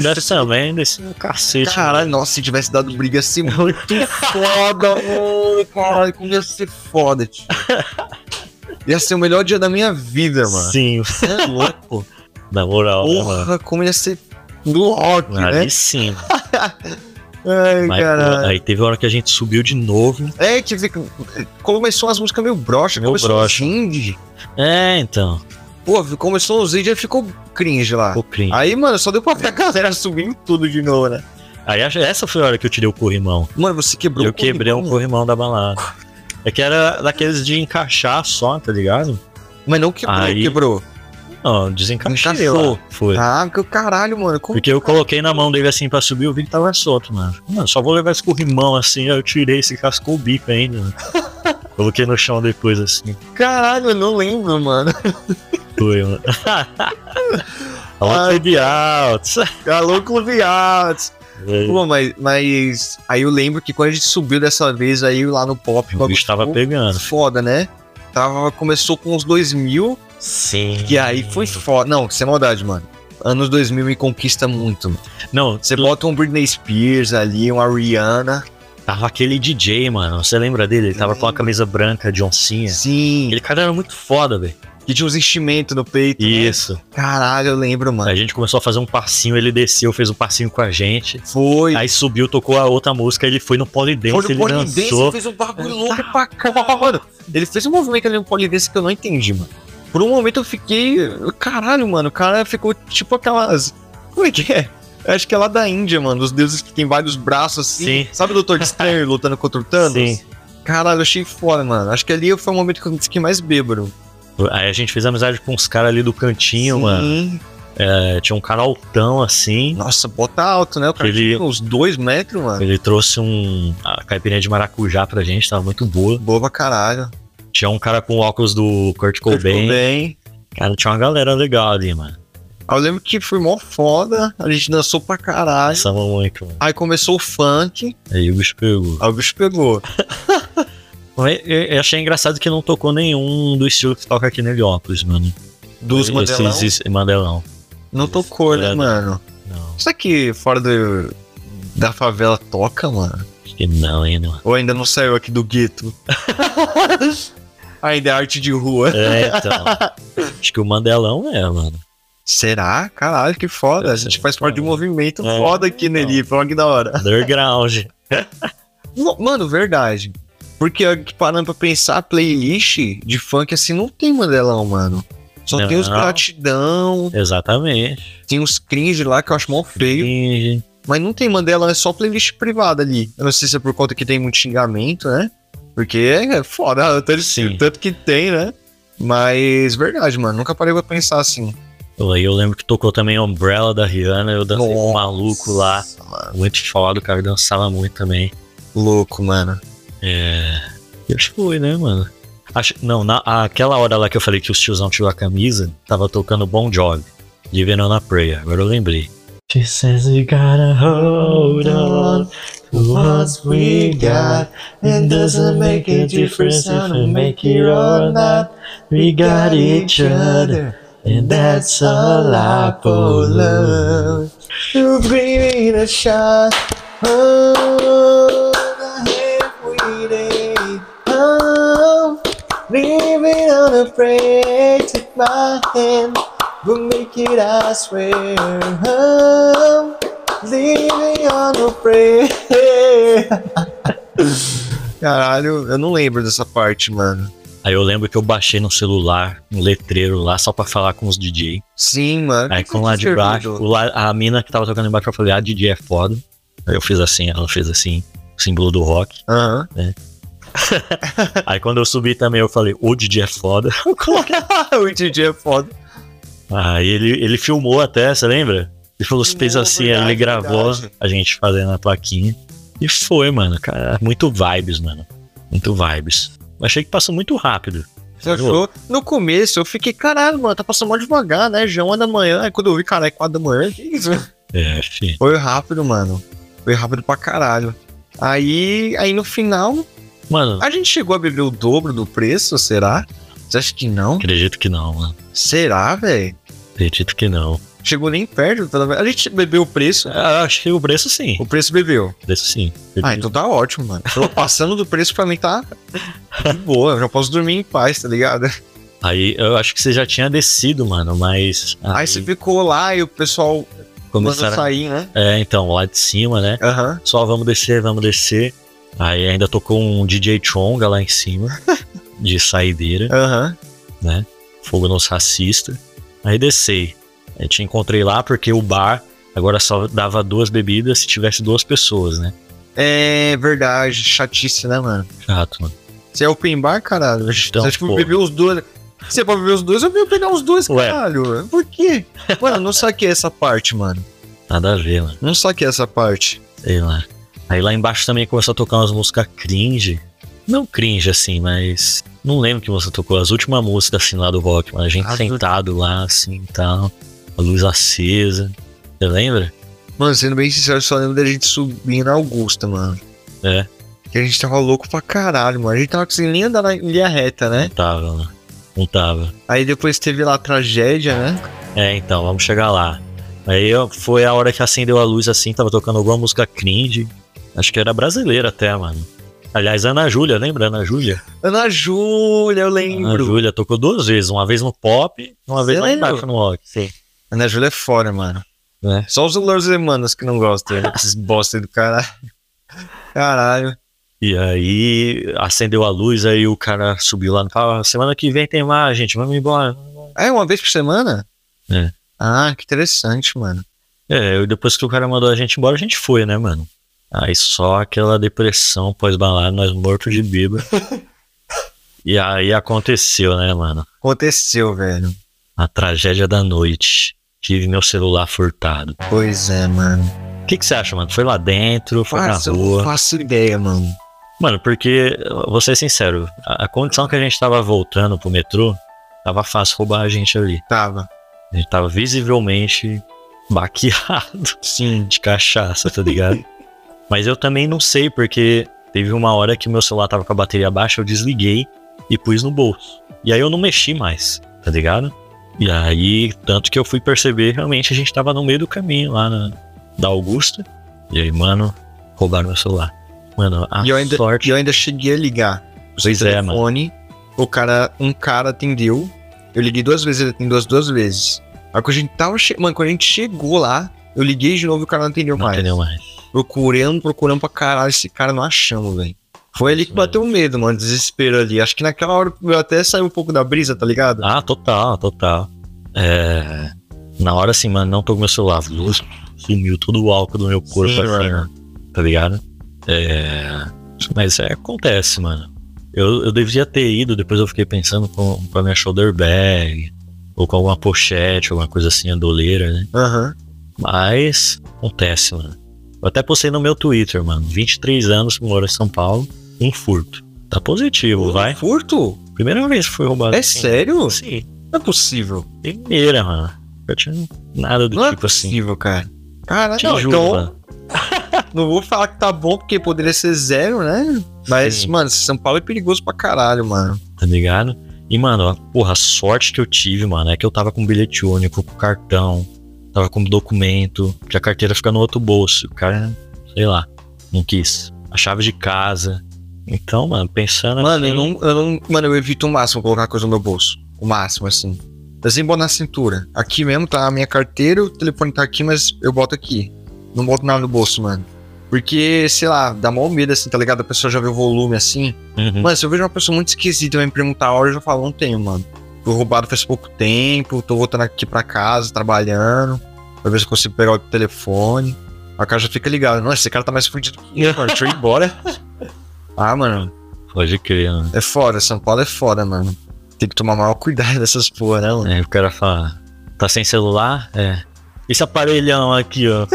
S1: Deve também, desse um cacete.
S2: Caralho, nossa, se tivesse dado briga
S1: É
S2: assim, muito foda, mano. Caralho, como ia ser foda, tio. Ia ser o melhor dia da minha vida, mano.
S1: Sim,
S2: Você é louco.
S1: na moral, né, mano?
S2: Porra, como ia ser do rock, né?
S1: Ali sim, mano.
S2: Ai,
S1: Mas,
S2: caralho.
S1: pô, aí teve hora que a gente subiu de novo.
S2: É que fica- começou as músicas meio broxa,
S1: Meio
S2: começou
S1: broxa.
S2: os indie.
S1: É, então.
S2: Ah. Pô, começou os indie e ficou cringe lá.
S1: Ficou cringe.
S2: Aí, mano, só deu pra ver a galera subindo tudo de novo, né?
S1: Aí acho- essa foi a hora que eu tirei o corrimão.
S2: Mano, você quebrou
S1: eu quebrei um
S2: corrimão.
S1: corrimão da balada. É que era daqueles de encaixar só, tá ligado?
S2: Mas não quebrou,
S1: Aí-
S2: quebrou.
S1: Não, desencaixou.
S2: Encaixou.
S1: Foi.
S2: Ah, que caralho, mano. Como
S1: Porque eu coloquei na mão dele assim pra subir, eu vi que tava solto, mano. Mano, só vou levar esse corrimão assim, aí eu tirei esse cascou o bico ainda. mano. coloquei no chão depois assim.
S2: Caralho, eu não lembro, mano.
S1: Foi, mano. Olha o baby out.
S2: Alô, Clube Arts. Tá Pô, mas, mas aí eu lembro que quando a gente subiu dessa vez aí lá no pop,
S1: O bicho tava
S2: bagulho ficou
S1: pegando.
S2: foda, né? Tava, começou com os 2000,
S1: Sim.
S2: que aí foi foda. Não, sem maldade, mano. Anos 2000 me conquista muito. mano.
S1: Não,
S2: Você bota um Britney Spears ali, um uma Rihanna.
S1: Tava aquele DJ, mano. Você lembra dele? Ele tava com a camisa branca de oncinha.
S2: Sim.
S1: Aquele cara era muito foda, velho.
S2: Que tinha uns enchimentos no peito. né?
S1: Isso.
S2: Caralho, eu lembro, mano.
S1: A gente começou a fazer um passinho, ele desceu, fez um passinho com a gente.
S2: Foi.
S1: Aí subiu, tocou a outra música, ele foi no
S2: Foi
S1: polidense,
S2: no
S1: um ele dançou.
S2: fez um bagulho louco pra caralho. Mano, ele fez um movimento ali no polidense que eu não entendi, mano. Por um momento eu fiquei. Caralho, mano, o cara ficou tipo aquelas. Como é que é? Eu acho que é lá da Índia, mano. Os deuses que tem vários braços assim.
S1: Sim.
S2: Sabe o Doutor Estranho lutando contra o Thanos?
S1: Sim.
S2: Caralho, eu achei foda, mano. Acho que ali foi o momento que eu fiquei mais bêbado.
S1: Aí a gente fez amizade com uns caras ali do cantinho, mano. É, tinha um cara altão assim.
S2: Nossa, bota alto, né? O cara
S1: Ele-
S2: tinha uns dois metros, mano.
S1: Ele trouxe um a caipirinha de maracujá pra gente, tava muito boa.
S2: Boa pra caralho.
S1: Tinha um cara com óculos do Kurt Cobain.
S2: bem.
S1: Cara, tinha uma galera legal ali, mano.
S2: Eu lembro que foi mó foda. A gente dançou pra caralho.
S1: Passamos muito, mano.
S2: Aí começou o funk,
S1: Aí o bicho pegou.
S2: aí o bicho pegou.
S1: Eu, eu- eu achei engraçado que não tocou nenhum do estilo que toca aqui em Heliópolis, mano.
S2: Dos modelão,
S1: Esses, esses- Mandelão.
S2: não tocou, né,
S1: É.
S2: mano?
S1: Não,
S2: Será que fora do, da favela toca, mano?
S1: acho que não, hein, mano.
S2: Ou ainda não saiu aqui do gueto? ainda é arte de rua.
S1: É, então. acho que o Mandelão é, mano.
S2: Será? Caralho, que foda. A gente faz parte de um movimento
S1: É.
S2: foda aqui nele, olha que da hora.
S1: Underground.
S2: Não, Mano, verdade. Porque ó, que parando pra pensar, playlist de funk assim não tem mandelão, mano. Só tem os
S1: Não.
S2: gratidão,
S1: Exatamente.
S2: tem os cringe lá que eu acho mó feio.
S1: Finge.
S2: Mas não tem Mandela, é só playlist privada ali. Eu não sei se é por conta que tem muito xingamento, né? Porque é foda, o tanto,
S1: Sim.
S2: o tanto que tem, né? Mas verdade, mano, nunca parei pra pensar assim.
S1: Pô, Aí eu lembro que tocou também Umbrella da Rihanna. Eu dancei com um
S2: Nossa,
S1: maluco lá.
S2: mano.
S1: Muito foda, o cara dançava muito também.
S2: Louco, mano.
S1: É. Eu acho que foi, né, mano? Acho, não, na, aquela hora lá que eu falei que os tiozão tirou a camisa, tava tocando Bon Jovi. De Verona Prayer. Agora eu lembrei.
S3: She says you gotta hold on to what we got. It doesn't make a difference if we make it or not. We got each other, and that's all I for love.
S2: You bring me a shot. Oh, the halfway day. Oh, leaving on a prayer. Take my hand. We'll make it, I swear. Oh, leaving on a prayer. Caralho, eu não lembro dessa parte, mano.
S1: Aí eu lembro que eu baixei no celular um letreiro lá só pra falar com os DJ.
S2: Sim, mano.
S1: Aí com lá de baixo, o lá- a mina que tava tocando embaixo, eu falei, ah, DJ é foda. Aí eu fiz assim, ela fez assim, o símbolo do rock.
S2: Aham.
S1: Aí quando eu subi também, eu falei, o DJ é foda.
S2: o DJ é foda.
S1: Aí ele, ele filmou até, você lembra? Ele falou, fez
S2: Não,
S1: assim,
S2: verdade,
S1: aí ele gravou
S2: verdade.
S1: a gente fazendo a plaquinha. E foi, mano. Cara, muito vibes, mano. Muito vibes. Eu achei que passou muito rápido.
S2: Você achou? No começo eu fiquei, caralho, mano, tá passando mal devagar, né? Já é uma da manhã. Aí quando eu vi, caralho, é quatro da manhã, que isso?
S1: É, fi.
S2: Foi rápido, mano. Foi rápido pra caralho. Aí, aí no final,
S1: Mano,
S2: a gente chegou a beber o dobro do preço, será? Você acha que não?
S1: acredito que não, mano.
S2: Será, velho?
S1: Acredito que não.
S2: Chegou nem perto, pelo menos. A gente bebeu o preço.
S1: Ah, acho que o preço sim.
S2: O preço bebeu.
S1: O preço sim.
S2: Ah, então tá ótimo, mano. Tô passando do preço pra mim tá de boa. Eu já posso dormir em paz, tá ligado?
S1: Aí eu acho que você já tinha descido, mano, mas.
S2: Aí você ficou lá e o pessoal mandou
S1: começaram.
S2: sair, né?
S1: É, então, lá de cima, né?
S2: Aham.
S1: Só vamos descer, vamos descer. Aí ainda tocou um DJ Chonga lá em cima, de saideira.
S2: Aham.
S1: Fogo nos racistas. Aí desci. Aí te encontrei lá porque o bar agora só dava duas bebidas se tivesse duas pessoas, né?
S2: É verdade, chatice, né, mano?
S1: Chato, mano.
S2: Você é open bar, caralho.
S1: Então,
S2: Você, tipo,
S1: pô.
S2: bebeu os dois. Você é pra beber os dois, eu vim pegar os dois,
S1: Ué.
S2: caralho. Por quê? Mano, eu não saquei essa parte, mano.
S1: Nada a ver, mano.
S2: Não saquei essa parte.
S1: Sei lá. Aí lá embaixo também começou a tocar umas músicas cringe. Não cringe assim, mas. Não lembro que você tocou. As últimas músicas assim lá do rock, mano. A gente
S2: As
S1: sentado lá, assim e tal. A luz acesa. Você lembra?
S2: Mano, sendo bem sincero, eu só lembro da gente subir na Augusta, mano.
S1: É.
S2: Que a gente tava louco pra caralho, mano. A gente tava conseguindo nem andar na linha reta, né?
S1: Não tava, mano. Não tava.
S2: Aí depois teve lá a tragédia, né?
S1: É, então, vamos chegar lá. Aí eu- foi a hora que acendeu a luz assim, tava tocando alguma música cringe. Acho que era brasileira até, mano. Aliás, Ana Júlia, lembra Ana Júlia?
S2: Ana Júlia, eu
S1: Ana
S2: lembro.
S1: Júlia tocou duas vezes, uma vez no pop e uma vez
S2: Você
S1: lá
S2: lembra?
S1: embaixo no rock. Sim.
S2: Ana Júlia é fora, mano.
S1: Né?
S2: Só os loremanos que não gostam, né? esses bosta do caralho. Caralho.
S1: E aí acendeu a luz, aí o cara subiu lá e falou: semana que vem tem mais, gente, vamos embora.
S2: É uma vez por semana?
S1: É.
S2: Ah, que interessante, mano.
S1: É, eu- depois que o cara mandou a gente embora, a gente foi, né, mano? Aí só aquela depressão pós-balada, nós mortos de biba. e aí aconteceu, né, mano?
S2: Aconteceu, velho.
S1: A tragédia da noite. Tive meu celular furtado.
S2: Pois é, mano.
S1: O que que você acha, mano? Foi lá dentro, foi na
S2: Faço,
S1: rua.
S2: faço ideia, mano.
S1: Mano, porque, vou ser sincero, a, a condição que a gente tava voltando pro metrô, tava fácil roubar a gente ali.
S2: Tava.
S1: A gente tava visivelmente baqueado
S2: Sim.
S1: de cachaça, tá ligado? Mas eu também não sei, porque teve uma hora que meu celular tava com a bateria baixa, eu desliguei e pus no bolso. E aí eu não mexi mais, tá ligado? E aí, tanto que eu fui perceber, realmente a gente tava no meio do caminho lá na, da Augusta. E aí, mano, roubaram meu celular. Mano, a
S2: E eu ainda,
S1: sorte.
S2: e eu ainda cheguei a ligar. Usei
S1: Pois é,
S2: telefone. o cara, um cara atendeu. Eu liguei duas vezes, ele atendeu as duas vezes. Aí quando a gente tava che... Mano, quando a gente chegou lá, eu liguei de novo e o cara não atendeu
S1: Não
S2: mais.
S1: entendeu mais.
S2: Procurando, procurando pra caralho, esse cara não achamos, velho. Foi ali que bateu o medo, mano, desespero ali. Acho que naquela hora eu até saí um pouco da brisa, tá ligado?
S1: Ah, total, total. É, na hora assim, mano, não tô com meu celular. Luz, sumiu todo o álcool do meu corpo
S2: Sim,
S1: assim,
S2: mano.
S1: mano, tá ligado? É, mas é, acontece, mano. Eu, eu devia ter ido, depois eu fiquei pensando com, com a minha shoulder bag, ou com alguma pochete, alguma coisa assim, a doleira, né?
S2: Aham.
S1: Mas acontece, mano. Eu até postei no meu Twitter, mano. 23 anos, moro em São Paulo, um furto. Tá positivo, vai.
S2: Furto?
S1: Primeira vez que foi roubado.
S2: Uhum. É
S1: assim.
S2: sério?
S1: Sim.
S2: Não é possível.
S1: Primeira, mano. Eu tinha nada do
S2: Não é
S1: tipo assim.
S2: possível, cara. Caralho,
S1: Te
S2: não,
S1: juro,
S2: então,
S1: mano.
S2: Não vou falar que tá bom, porque poderia ser zero, né? Mas,
S1: Sim.
S2: mano, São Paulo é perigoso pra caralho, mano.
S1: Tá ligado? E, mano, ó, porra, a sorte que eu tive, mano, é que eu tava com bilhete único, com cartão, tava com documento, que a carteira fica no outro bolso. O cara, sei lá, não quis. A chave de casa. Então, mano, pensando
S2: Mano,
S1: assim,
S2: eu não, eu não. Mano, eu evito o máximo colocar coisa no meu bolso. O máximo, assim. Eu sempre boto na cintura. Aqui mesmo tá a minha carteira, o telefone tá aqui, mas eu boto aqui. Não boto nada no bolso, mano. Porque, sei lá, dá mó medo, assim, tá ligado? A pessoa já vê o volume assim.
S1: Uhum.
S2: Mano, se eu vejo uma pessoa muito esquisita e me perguntar a hora, eu já falo, não tenho, mano. Fui roubado faz pouco tempo, tô voltando aqui pra casa, trabalhando, pra ver se eu consigo pegar o telefone. A cara já fica ligada. Nossa, esse cara tá mais fudido que eu, mano. Deixa eu ir embora. ah, mano.
S1: Pode crer, mano.
S2: É foda, São Paulo é foda, mano. Tem que tomar maior cuidado dessas porra, né, mano?
S1: Aí É, o cara fala, tá sem celular? É. Esse aparelhão aqui, ó.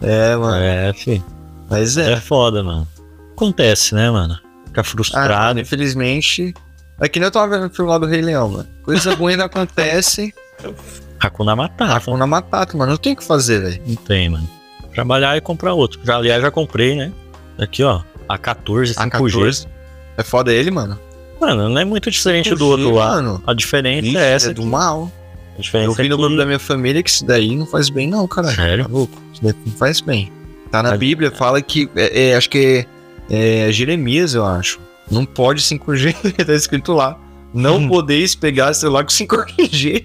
S2: É, mano.
S1: É, fi.
S2: Mas é.
S1: É foda, mano. Acontece, né, mano? Fica
S2: Ah,
S1: frustrado.
S2: mano, infelizmente. É que nem eu tava vendo o filme lá do Rei Leão, mano. Coisa ruim não acontece.
S1: Hakuna Matata.
S2: Vão na matata, mano. Não tem o que fazer, velho.
S1: Não tem, mano. Trabalhar e comprar outro. Já, aliás, já comprei, né? Aqui, ó. A14, 5G.
S2: A14. É foda ele, mano.
S1: Mano, não é muito diferente do
S2: 5G,
S1: outro lá.
S2: Mano.
S1: A diferença
S2: Vixe,
S1: é essa.
S2: é do mal.
S1: A diferença
S2: Eu vi no
S1: é que...
S2: grupo da minha família que isso daí não faz bem, não, cara.
S1: Sério?
S2: Tá louco. Isso daí não faz bem. Tá na
S1: é Mas-
S2: Bíblia, fala que. é, é, acho que é, é Jeremias, eu acho. Não pode 5G, tá escrito lá.
S1: Hum.
S2: Não podeis pegar celular com 5G.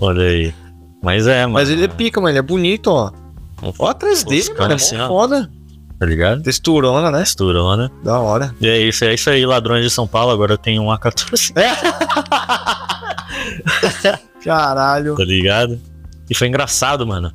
S1: Olha aí. Mas é, mano.
S2: Mas ele é pica, mano. Ele é bonito, ó. Ó atrás dele,
S1: Os
S2: mano. É
S1: caras assim,
S2: mó
S1: ó.
S2: foda.
S1: Tá ligado?
S2: Texturona, né?
S1: Texturona.
S2: Da hora.
S1: E é isso, é isso aí, ladrões de São Paulo. Agora tem um A14,
S2: Caralho.
S1: tá ligado? E foi engraçado, mano.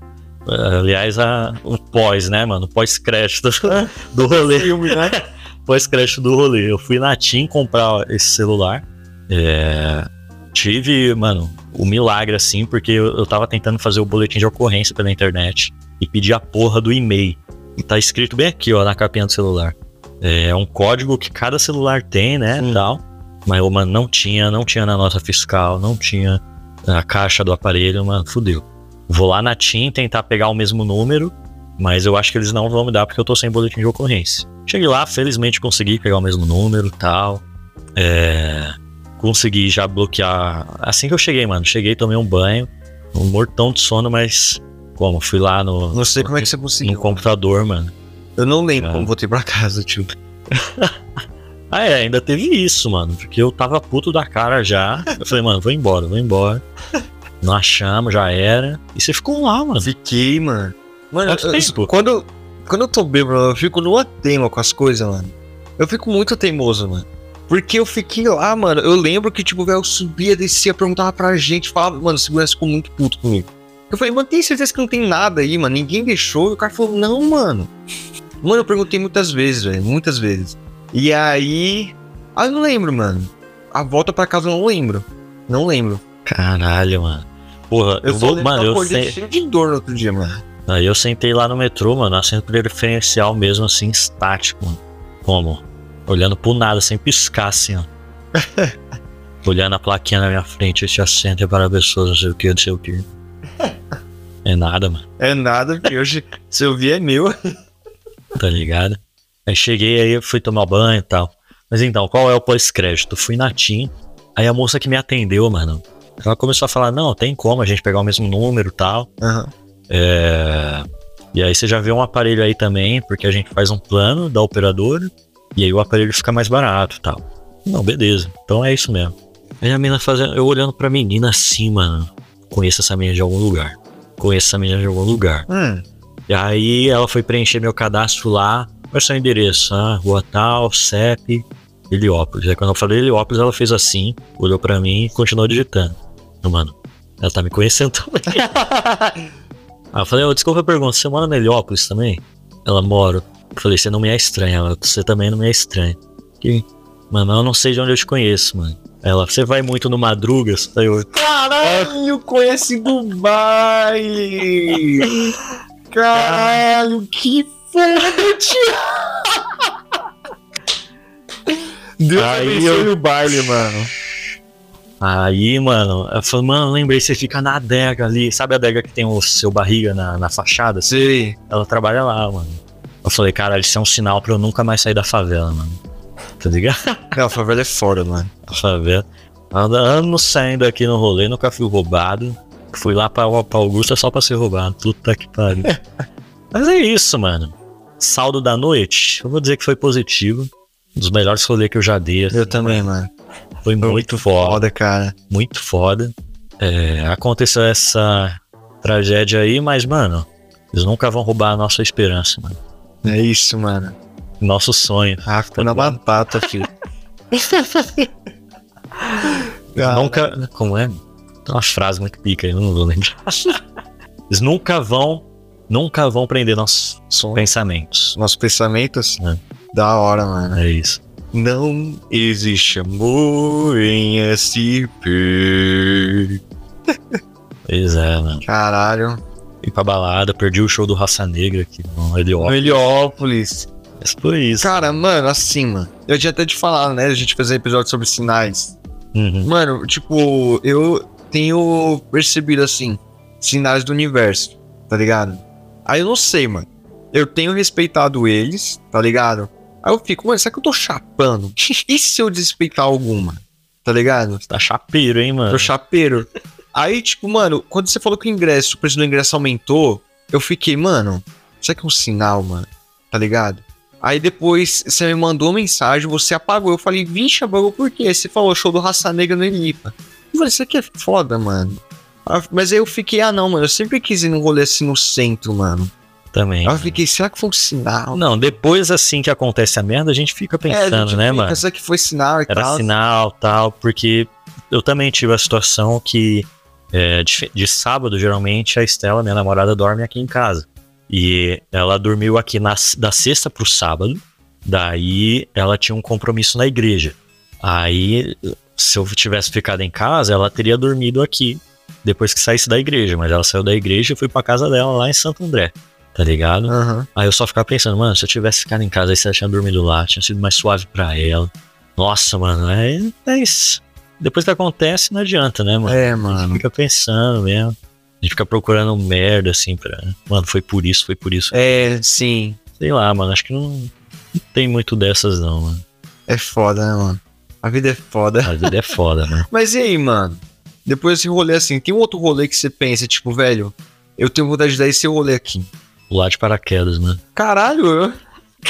S1: Eh, Aliás, a, o pós, né, mano? O Pós-crédito do rolê.
S2: Filme, né?
S1: pós-crédito do rolê. Eu fui na TIM comprar esse celular. É, tive, mano, o milagre assim, porque eu, eu tava tentando fazer o boletim de ocorrência pela internet e pedi a porra do e-mail. E tá escrito bem aqui, ó, na capinha do celular. É um código que cada celular tem, né,
S2: Sim.
S1: tal. Mas, ô, mano, não tinha, não tinha na nota fiscal, não tinha na caixa do aparelho, mano, fudeu. Vou lá na TIM tentar pegar o mesmo número, mas eu acho que eles não vão me dar porque eu tô sem boletim de ocorrência. Cheguei lá, felizmente consegui pegar o mesmo número e tal. É, consegui já bloquear. Assim que eu cheguei, mano, cheguei, tomei um banho, um mortão de sono, mas como? Fui lá no,
S2: Não sei como é que você
S1: no
S2: conseguiu.
S1: computador, mano.
S2: Eu não lembro
S1: Ah.
S2: como voltei pra casa, tio.
S1: Ah, é, ainda teve isso, mano. Porque eu tava puto da cara já. Eu falei, mano, vou embora, vou embora. Não achamos, já era. E você ficou lá, mano.
S2: Fiquei, mano. Mano,
S1: Quanto
S2: eu-
S1: tempo?
S2: quando, quando eu tô bêbado, eu fico numa teima com as coisas, mano. Eu fico muito teimoso, mano. Porque eu fiquei lá, mano. Eu lembro que, tipo, velho, eu subia, descia, perguntava pra gente, falava, mano, o segurança ficou muito puto comigo. Eu falei, mano, tem certeza que não tem nada aí, mano? Ninguém deixou. E o cara falou, não, mano. Mano, eu perguntei muitas vezes, velho, muitas vezes. E aí. Ah, eu não lembro, mano. A volta pra casa eu não lembro. Não lembro.
S1: Caralho, mano. Porra, eu,
S2: só
S1: vou.
S2: lembro que
S1: Mano, eu,
S2: acordei
S1: sei.
S2: cheio de dor no outro dia, mano.
S1: Aí eu sentei lá no metrô, mano, assento preferencial mesmo, assim, estático, mano. Como? Olhando pro nada, sem piscar, assim, ó. Olhando a plaquinha na minha frente, esse assento é para pessoas, não sei o que, não sei o que. É nada, mano,
S2: É nada, porque hoje, se eu vi, é meu.
S1: tá ligado? Aí cheguei, aí eu fui tomar banho e tal. Mas então, qual é o pós-crédito? Fui na TIM, aí a moça que me atendeu, mano, ela começou a falar, não, tem como a gente pegar o mesmo número e tal. É, E aí você já vê um aparelho aí também, porque a gente faz um plano da operadora e aí o aparelho fica mais barato e tal. Não, beleza. Então é isso mesmo. Aí a menina fazendo. Eu olhando pra menina assim, mano. Conheço essa menina de algum lugar. Conheço essa menina de algum lugar.
S2: Hum,
S1: E aí ela foi preencher meu cadastro lá. Qual é seu endereço? Ah, rua tal, CEP, Heliópolis. Aí quando eu falei Heliópolis, ela fez assim, olhou pra mim e continuou digitando. Eu, mano, ela tá me conhecendo também. aí eu falei, ô, desculpa a pergunta, você mora em Heliópolis também? Ela mora. Eu falei, você não me é estranha. Ela, você também não me é estranha. Que? Mano, eu não sei de onde eu te conheço, mano. Ela, você vai muito no Madrugas? Aí eu,
S2: Caralho, conhece Dubai! Caralho, que foda, tio! Deus
S1: Aí
S2: abençoe
S1: eu-
S2: o baile, mano.
S1: Aí, mano, eu falei, mano, lembrei, você fica na adega ali. Sabe a adega que tem o seu barriga na, na fachada? assim?
S2: Sei.
S1: Ela trabalha lá, mano. Eu falei, cara, isso é um sinal pra eu nunca mais sair da favela, mano. Tá ligado?
S2: Não, a favela é foda, mano.
S1: A favela. Anda anos saindo aqui no rolê, nunca fui roubado. Fui lá pra, pra Augusta só pra ser roubado. Puta que pariu. Mas é isso, mano. Saldo da noite, eu vou dizer que foi positivo. Um dos melhores rolês que eu já dei. assim.
S2: Eu também, mano.
S1: Foi muito foda.
S2: Foda, cara.
S1: muito foda. É, aconteceu essa tragédia aí, mas, mano, eles nunca vão roubar a nossa esperança, mano.
S2: É isso, mano.
S1: Nosso sonho.
S2: Ah, ficou na
S1: Tá
S2: batata, filho. Ah.
S1: Nunca. Como é? Tem uma frase muito pica aí, eu não vou lembrar. eles nunca vão. Nunca vão prender nossos
S2: Sonho.
S1: pensamentos.
S2: Nossos pensamentos?
S1: É.
S2: Da hora, mano.
S1: É isso.
S2: Não existe amor em SP.
S1: Pois é, mano.
S2: Caralho.
S1: Fui pra balada, perdi o show do Raça Negra aqui no Heliópolis.
S2: Heliópolis.
S1: Mas por isso.
S2: Cara, mano, assim, mano. Eu tinha até te falado, né? A gente fez um episódio sobre sinais.
S1: Uhum.
S2: Mano, tipo, eu tenho percebido assim, sinais do universo, tá ligado? Aí eu não sei, mano. Eu tenho respeitado eles, tá ligado? Aí eu fico, mano, será que eu tô chapando? E se eu desrespeitar alguma? Tá ligado?
S1: Tá chapeiro, hein, mano?
S2: Tô chapeiro. Aí, tipo, mano, quando você falou que o ingresso, o preço do ingresso aumentou, eu fiquei, mano, será que é um sinal, mano? Tá ligado? Aí depois você me mandou uma mensagem, você apagou. Eu falei, vixe, apagou por quê? Você falou show do Raça Negra no Elipa. Eu falei, isso aqui é foda, mano. Aí eu- Mas aí eu fiquei, ah não, mano, eu sempre quis ir num rolê assim no centro, mano.
S1: Também.
S2: Aí eu fiquei, será que foi um sinal?
S1: Não, depois assim que acontece a merda, a gente fica pensando,
S2: É, a gente
S1: né,
S2: fica,
S1: mano?
S2: tipo, Será que foi sinal e
S1: Era
S2: tal?
S1: sinal, tal, porque eu também tive a situação que é, de, de sábado, geralmente, a Estela, minha namorada, dorme aqui em casa. E ela dormiu aqui na, da sexta pro sábado, daí ela tinha um compromisso na igreja. Aí, se eu tivesse ficado em casa, ela teria dormido aqui depois que saísse da igreja, mas ela saiu da igreja e foi pra casa dela lá em Santo André, tá ligado?
S2: Aham.
S1: Aí eu só ficava pensando, mano, se eu tivesse ficado em casa, aí se ela tinha dormido lá, tinha sido mais suave pra ela. Nossa, mano, é, é isso. Depois que acontece, não adianta, né, mano?
S2: É,
S1: A gente
S2: mano.
S1: fica pensando mesmo. A gente fica procurando merda, assim, pra. Mano, foi por isso, foi por isso.
S2: É, sim.
S1: Sei lá, mano, acho que não, não tem muito dessas, não, mano.
S2: É foda, né, mano? A vida é foda.
S1: A vida é foda, mano.
S2: Mas e aí, mano? Depois desse rolê assim, tem um outro rolê que você pensa, tipo, velho, eu tenho vontade de dar esse rolê aqui.
S1: Pular de paraquedas, mano.
S2: Caralho, eu.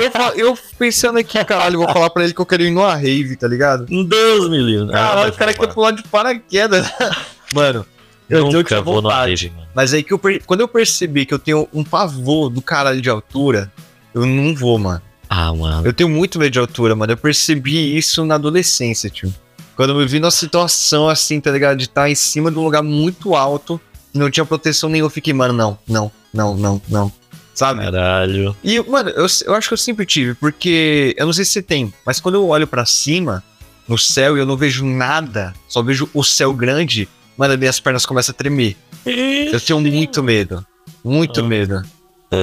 S2: Eu, fa- eu pensando aqui, caralho, vou falar pra ele que eu quero ir numa rave, tá ligado?
S1: Deus me livre.
S2: Caralho,
S1: Ah,
S2: o cara
S1: mano,
S2: quer pular de paraquedas. Mano, eu tenho
S1: Nunca
S2: essa
S1: vou na
S2: vontade.
S1: rede, mano.
S2: Mas aí que eu per- quando eu percebi que eu tenho um pavor do caralho de altura, eu não vou, mano.
S1: Ah, mano.
S2: Eu tenho muito medo de altura, mano. Eu percebi isso na adolescência, tio. Quando eu me vi numa situação assim, tá ligado? De estar em cima de um lugar muito alto, que não tinha proteção nenhuma, eu fiquei, mano, não, não, não, não, não. Sabe?
S1: Caralho.
S2: E, mano, eu, eu acho que eu sempre tive, porque eu não sei se você tem, mas quando eu olho pra cima, no céu, e eu não vejo nada, só vejo o céu grande, mano, minhas pernas começam a tremer. Eu tenho muito medo. Muito
S1: Ah.
S2: medo.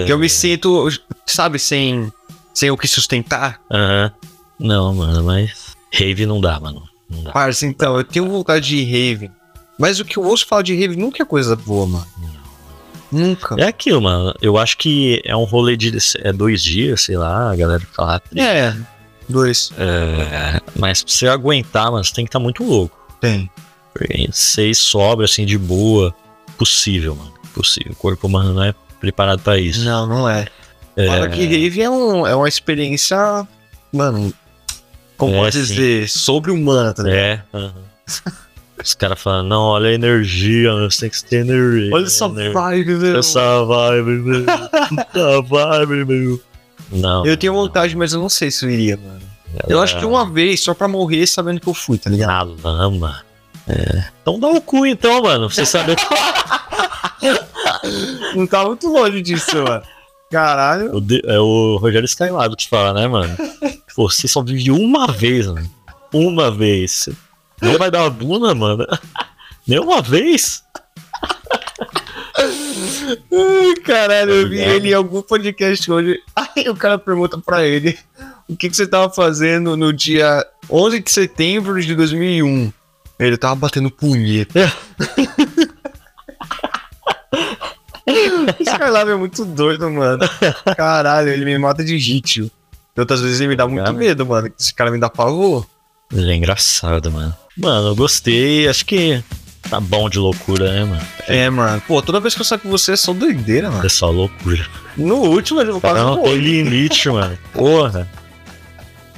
S2: Que eu me sinto, sabe, sem, sem o que sustentar.
S1: Aham. Não, mano, mas. Rave não dá, mano. Não dá.
S2: Parça, então, eu tenho vontade de ir rave. Mas o que eu ouço falar de rave nunca é coisa boa, mano. Nunca.
S1: É aquilo, mano. Eu acho que é um rolê de é dois dias, sei lá, a galera fica lá.
S2: É. Dois.
S1: É, mas pra você aguentar, mano, você tem que estar muito louco.
S2: Tem.
S1: Porque Seis sobra, assim, de boa. Possível, mano. Possível. O corpo humano não é preparado pra isso.
S2: Não, não é. Fala que rave é, um, é uma experiência, mano, como
S1: É,
S2: pode
S1: sim.
S2: dizer, sobre-humana, tá ligado?
S1: É. aham. Os caras falam, não, olha a energia, mano, você tem que ter energia.
S2: Olha essa
S1: energia.
S2: vibe, velho.
S1: Essa vibe, meu. Essa vibe, meu. Não.
S2: Eu tenho vontade, mas eu não sei se eu iria, mano. Eu
S1: é-
S2: acho que uma vez, só pra morrer sabendo que eu fui, tá ligado?
S1: Na lama. É. Então dá o cu então, mano. pra Você sabe
S2: Não tá muito longe disso, mano. Caralho.
S1: O de- é o Rogério Skylab que fala, né, mano? Pô, você só vive uma vez, mano. Uma vez. Não vai dar a bunda, mano. Nem uma vez?
S2: Ai, Caralho, eu vi
S1: Obrigado.
S2: ele em algum podcast hoje. Aí o cara pergunta pra ele o que, que você tava fazendo no dia 11 de setembro de 2001. Ele tava batendo punheta. Esse cara lá é muito doido, mano. Caralho, ele me mata de ritmo. Outras vezes ele me dá muito
S1: Obrigado.
S2: medo, mano. Esse cara me dá pavor.
S1: Mas é engraçado, mano. Mano, eu gostei. Acho que tá bom de loucura, né, mano?
S2: É, mano. Pô, toda vez que eu saio com você é só doideira, mano.
S1: É só loucura.
S2: No último eu quase
S1: Não tem
S2: morri.
S1: limite, mano. Porra.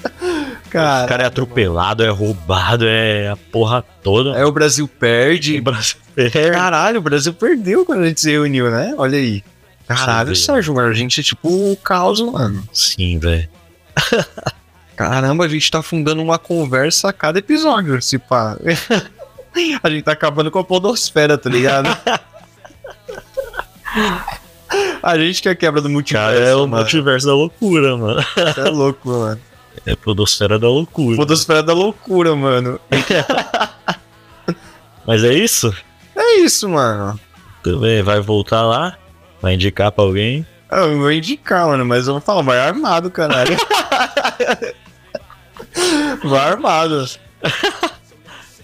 S1: O
S2: Cara,
S1: cara é atropelado, é roubado, é a porra toda.
S2: aí É o Brasil perde.
S1: O Brasil perde.
S2: Caralho, o Brasil perdeu quando a gente se reuniu, né? Olha aí. Caralho,
S1: Sim,
S2: Sérgio, mano, a gente é tipo o caos, mano.
S1: Sim, velho.
S2: Caramba, a gente tá fundando uma conversa a cada episódio, se pá. A gente tá acabando com a podosfera, tá ligado? A gente que é a quebra do multiverso,
S1: Cara, é o
S2: mano.
S1: é multiverso da loucura, mano.
S2: Cê É louco, mano.
S1: É Podosfera da Loucura.
S2: Podosfera da loucura, mano.
S1: Mas é isso?
S2: É isso, mano.
S1: Então, é, Vai voltar lá, vai indicar pra alguém.
S2: Ah, Eu vou indicar, mano, mas eu vou falar, vai armado, caralho. vai armado.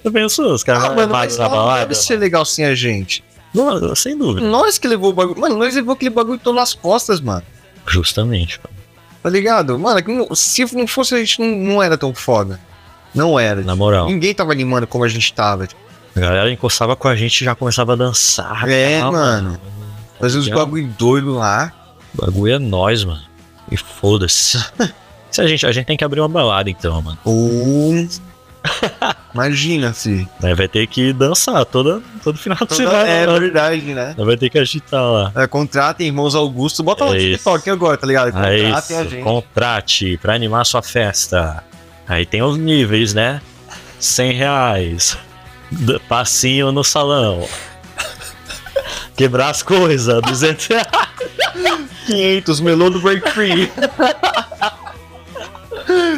S1: Eu penso, os caras
S2: Ah,
S1: ah,
S2: mano, mas
S1: mais na
S2: não
S1: balada.
S2: deve ser Hum. legal sem a gente.
S1: Não, sem dúvida.
S2: Nós que levou o bagulho. Mano, nós levou aquele bagulho todo nas costas, mano.
S1: Justamente.
S2: Tá ligado? Mano, que não- se não fosse a gente, não, não era tão foda. Não era.
S1: Na moral,
S2: Ninguém tava animando como a gente tava.
S1: a galera encostava com a gente e já começava a dançar. Ah,
S2: É,
S1: tal.
S2: mano. Fazer uns
S1: Legal.
S2: bagulho doido lá.
S1: O bagulho é nós, mano. E foda-se. Se a, gente, a gente tem que abrir uma balada então, mano.
S2: Ou. Imagina, se.
S1: Aí Vai ter que dançar toda, todo final de semana.
S2: É
S1: mano.
S2: verdade, né?
S1: Aí Vai ter que agitar lá.
S2: É, contratem irmãos Augusto. Bota lá no
S1: É isso.
S2: TikTok agora, tá ligado?
S1: É
S2: Contratem a
S1: isso,
S2: gente.
S1: contrate pra animar sua festa. Aí tem os níveis, né? 100 reais. D- Passinho no salão. Quebrar as coisas, 200 reais.
S2: 500, melô do Break Free.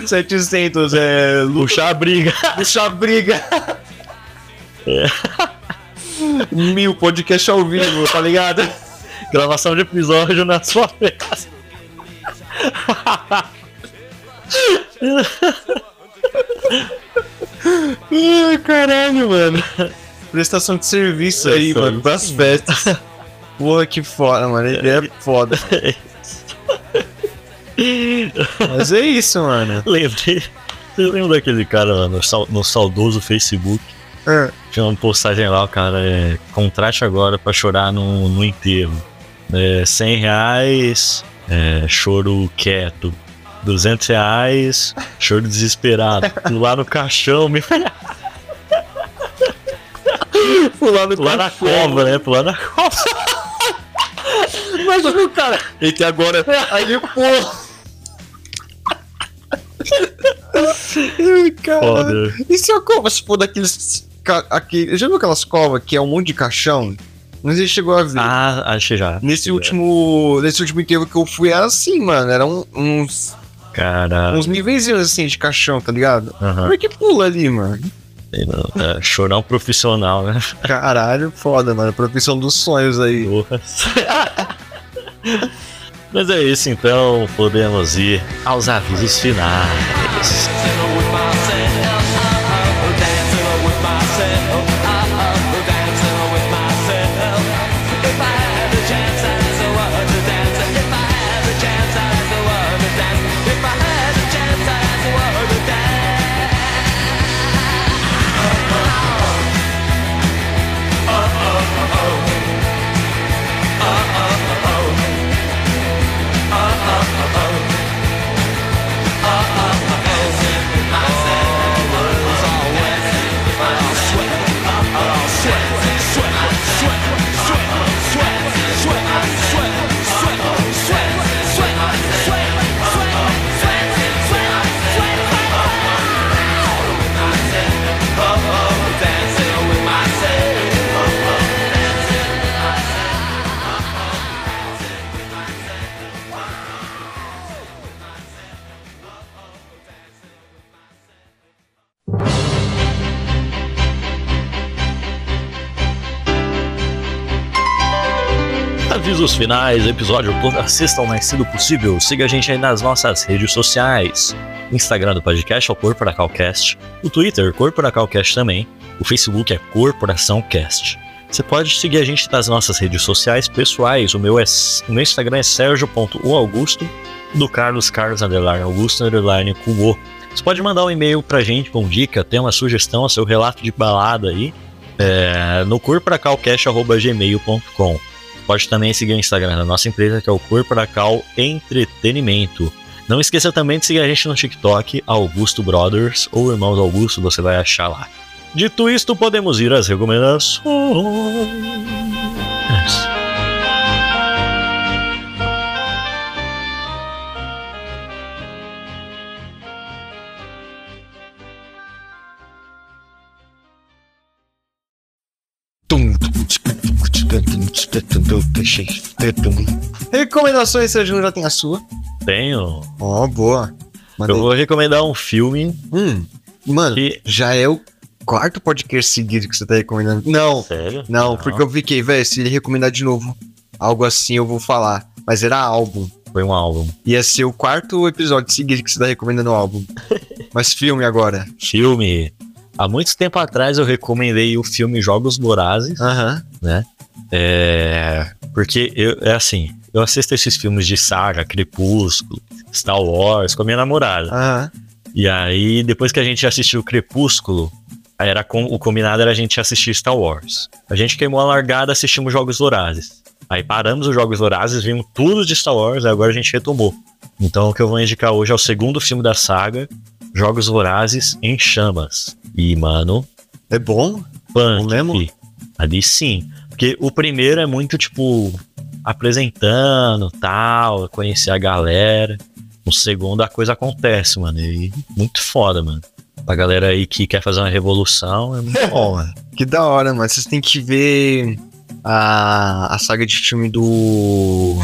S2: 700, é. Luxo.
S1: Puxar a briga.
S2: Puxa a briga. Mil É. podcast ao vivo, tá ligado?
S1: Gravação de episódio na sua festa.
S2: Ai, caralho, mano. Prestação de serviço aí,
S1: Prestação
S2: mano, pras festas. Porra, que foda, mano. Ele é foda. Mas é isso, mano.
S1: Lembrei. Vocês lembram daquele cara lá no, sal- no saudoso Facebook?
S2: É.
S1: Tinha uma postagem lá, o cara é, contrate agora pra chorar no, no enterro. É, 100 reais, é, choro quieto. 200 reais, choro desesperado. Lá no caixão, me
S2: Pular no
S1: pular na cova, né? Pular na cova.
S2: Mas o cara. Eita, agora. é Aí, porra. Ai, cara.
S1: Foda.
S2: E se a cova se for daqueles. ca- Aqui, já viu aquelas covas que é um monte de caixão? Não sei se chegou a ver.
S1: Ah, achei já.
S2: Nesse último. Nesse último enterro que eu fui era assim, mano. Era um- uns.
S1: Caralho.
S2: Uns níveis assim de caixão, tá ligado?
S1: Aham.
S2: Como é que pula ali, mano?
S1: É, chorar um profissional, né?
S2: Caralho, foda, mano. Profissão dos sonhos aí.
S1: Porra. Mas é isso então, podemos ir aos avisos finais. Avisos finais, episódio todo. Assista o mais cedo possível. Siga a gente aí nas nossas redes sociais. Instagram do podcast é o Corporacalcast. O Twitter, Corporacalcast também. O Facebook é Corporação Cast. Você pode seguir a gente nas nossas redes sociais pessoais. O meu, é, o meu Instagram é sergio.oaugusto. Do Carlos Carlos Underline Augusto Underline Cubo. Você pode mandar um e-mail pra gente com dica, tem uma sugestão, seu relato de balada aí. É, no corporacalcast.gmail.com Pode também seguir o Instagram da nossa empresa, que é o Corporacal Entretenimento. Não esqueça também de seguir a gente no TikTok, Augusto Brothers ou Irmãos Augusto, você vai achar lá. Dito isto, podemos ir às recomendações.
S2: Recomendações, Sérgio, já tem a sua.
S1: Tenho.
S2: Ó, boa. Manda
S1: Eu
S2: aí.
S1: vou recomendar um filme
S2: Hum, mano,
S1: que.
S2: já é o quarto podcast seguido que você tá recomendando. Não,
S1: Sério?
S2: não, porque eu fiquei, velho, se ele recomendar de novo algo assim, eu vou falar. Mas era álbum.
S1: Foi um álbum.
S2: Ia ser o quarto episódio seguido que você tá recomendando álbum. Mas filme agora.
S1: Filme. Há muito tempo atrás eu recomendei o filme Jogos Vorazes.
S2: Aham.
S1: É, porque eu, é assim, eu assisto esses filmes de saga, Crepúsculo, Star Wars com a minha namorada.
S2: Aham.
S1: E aí, depois que a gente assistiu Crepúsculo, aí era com, o combinado era a gente assistir Star Wars. A gente queimou a largada, assistimos Jogos Vorazes. Aí paramos os Jogos Vorazes, vimos tudo de Star Wars, aí agora a gente retomou. Então o que eu vou indicar hoje é o segundo filme da saga, Jogos Vorazes em Chamas. E, mano,
S2: É bom?
S1: punk.
S2: Não lembro.
S1: Ali sim. Porque o primeiro é muito, tipo, apresentando, tal, conhecer a galera. No segundo a coisa acontece, mano. E muito foda, mano. Pra galera aí que quer fazer uma revolução, é muito bom, mano.
S2: Que da hora, mano. Vocês têm que ver a, a saga de filme do.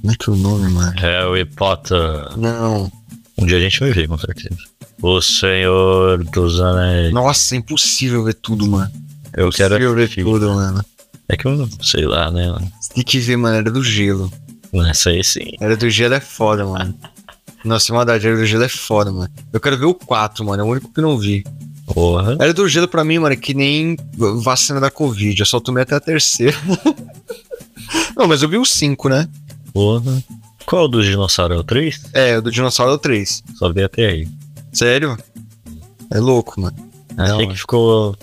S2: Como é que é o nome, mano?
S1: Harry Potter.
S2: Não.
S1: Um dia a gente vai ver, com certeza. O Senhor dos Anéis.
S2: Nossa, é impossível ver tudo, mano.
S1: Eu quero
S2: impossível ver
S1: assistir.
S2: tudo, mano.
S1: É que eu não sei lá, né? mano?
S2: Você tem que ver, mano. Era do gelo.
S1: Essa aí sim.
S2: Era do gelo é foda, mano. Nossa, maldade, Era do Gelo é foda, mano. Eu quero ver o 4, mano. É o único que eu não vi.
S1: Porra.
S2: Era do Gelo pra mim, mano, é que nem vacina da Covid. Eu só tomei até a terceira. não, mas eu vi o 5, né?
S1: Porra. Qual dos dinossauros? É o 3?
S2: É, o do dinossauro é o 3.
S1: Só vi até aí.
S2: Sério? É louco, mano.
S1: Achei que ficou.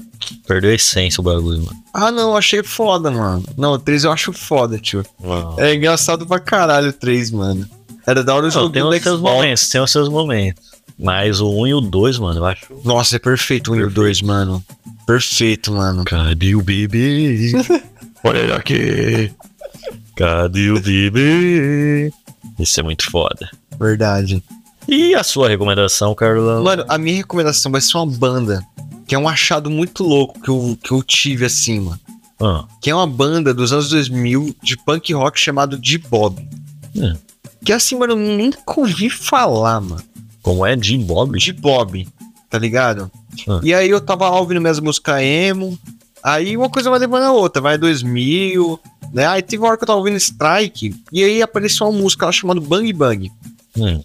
S1: Perdeu a essência o bagulho, mano.
S2: Ah, não, eu achei foda, mano. Não, o 3 eu acho foda, tio. É engraçado pra caralho o 3, mano. Era da hora eu
S1: Não,
S2: joguei
S1: tem
S2: no
S1: os seus
S2: Xbox.
S1: momentos, tem os seus momentos. Mas o 1 e o 2, mano, eu acho.
S2: Nossa, é perfeito o Wii 2, mano. Perfeito, mano.
S1: Cadê o bebê? Olha ele aqui. Cadê o bebê? Isso é muito foda.
S2: Verdade.
S1: E a sua recomendação, Carlão?
S2: Mano, a minha recomendação vai ser uma banda que é um achado muito louco que eu, que eu tive assim, mano.
S1: Ah,
S2: Que é uma banda dos anos 2000 de punk rock chamado D-Bob.
S1: É.
S2: Que assim, mano, eu nunca ouvi falar, mano.
S1: como é Jim Bob?
S2: de Bob, tá ligado?
S1: Ah.
S2: E aí eu tava lá ouvindo minhas músicas emo, aí uma coisa vai levando a outra, vai 2000, né? Aí teve uma hora que eu tava ouvindo Strike, e aí apareceu uma música lá chamada Bang Bang,
S1: Hum,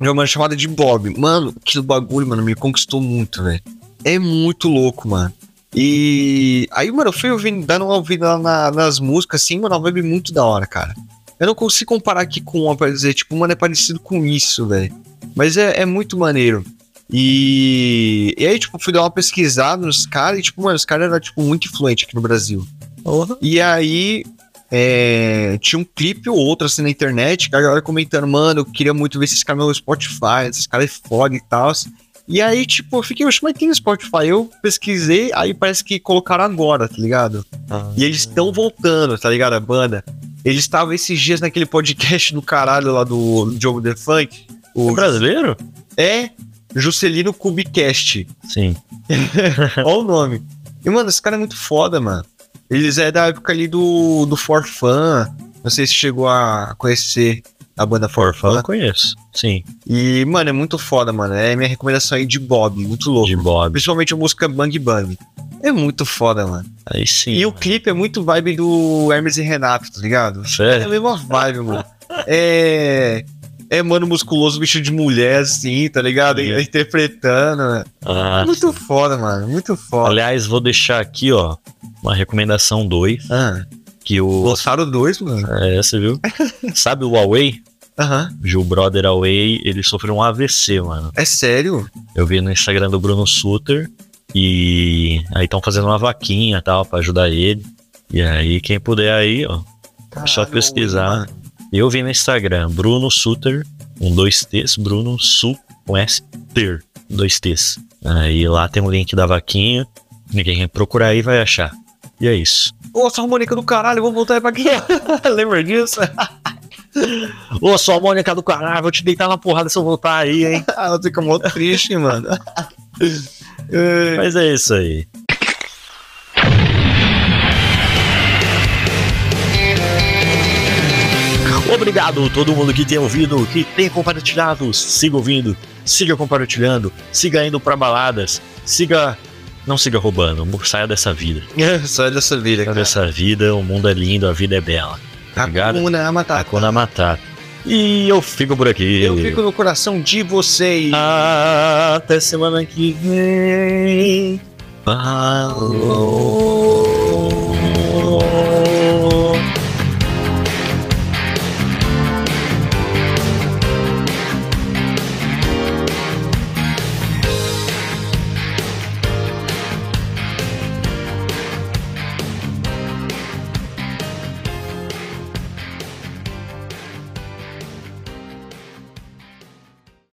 S2: de uma chamada de Bob. Mano, aquele bagulho, mano, me conquistou muito, velho. É muito louco, mano. E aí, mano, eu fui ouvindo, dando uma ouvida lá na- nas músicas, assim, mano, uma vibe muito da hora, cara. Eu não consigo comparar aqui com uma pra dizer, tipo, mano, é parecido com isso, velho. Mas é, é muito maneiro. E... e aí, tipo, fui dar uma pesquisada nos caras e, tipo, mano, os caras eram, tipo, muito influentes aqui no Brasil. E aí, é, tinha um clipe ou outro assim na internet, que a galera comentando, mano, eu queria muito ver esses caras no Spotify, esses caras é foda e tal. E aí, tipo, eu fiquei, oxe, mas tem no Spotify? Eu pesquisei, aí parece que colocaram agora, tá ligado?
S1: Ah,
S2: E eles estão voltando, tá ligado? A banda. Eles estavam esses dias naquele podcast do caralho lá do Diogo The Funk.
S1: É
S2: O...
S1: brasileiro?
S2: É Juscelino Cubicast.
S1: Sim.
S2: Olha o nome. E, mano, esse cara é muito foda, mano. Eles é da época ali do, do For Fun. Não sei se chegou a conhecer a banda For
S1: Fala,
S2: Fun.
S1: eu conheço. Sim,
S2: E, mano, é muito foda, mano. É minha recomendação aí de Bob, muito louco.
S1: Jim Bob.
S2: Principalmente a música Bang Bang. É muito foda, mano.
S1: Aí sim.
S2: E o
S1: mano.
S2: clipe é muito vibe do Hermes e Renato, tá ligado? É a
S1: Sério?
S2: mesma vibe, mano. É. É, mano, musculoso, bicho de mulher, assim, tá ligado?
S1: Sim.
S2: Interpretando. né?
S1: Ah,
S2: Muito foda, mano. Muito foda.
S1: aliás, vou deixar aqui, ó, uma recomendação 2,
S2: Ah.
S1: que o...
S2: Gostaram dois, mano?
S1: É, você viu? Sabe o Huawei?
S2: É. Aham.
S1: Gil Brother Away, ele sofreu um AVC, mano.
S2: É sério?
S1: Eu vi no Instagram do Bruno Suter e aí estão fazendo uma vaquinha e tal pra ajudar ele. E aí quem puder aí, ó, só
S2: Caralho,
S1: pesquisar.
S2: mano.
S1: Eu vi no Instagram Bruno Suter, com dois T's, Bruno Su com S Ter, dois T's. Aí lá tem um link da vaquinha. Ninguém quer procurar aí vai achar. E é isso.
S2: Ô, essa harmônica do caralho, vamos voltar aí pra aqui. Lembra disso?
S1: Ô, sua Mônica do caralho, vou te deitar na porrada se eu voltar aí, hein?
S2: Ah, eu fico mó triste, mano. É,
S1: Mas é isso aí. Obrigado a todo mundo que tem ouvido, que tem compartilhado. Siga ouvindo, Siga compartilhando, siga indo pra baladas, siga. Não siga roubando, saia dessa vida.
S2: Sai dessa vida,
S1: Saia
S2: cara.
S1: dessa vida, o mundo é lindo, a vida é bela. Tá Obrigado.
S2: Hakuna Matata.
S1: Hakuna Matata. E eu fico por aqui.
S2: Tá, Eu fico no coração de vocês.
S1: Até semana que vem. Falou.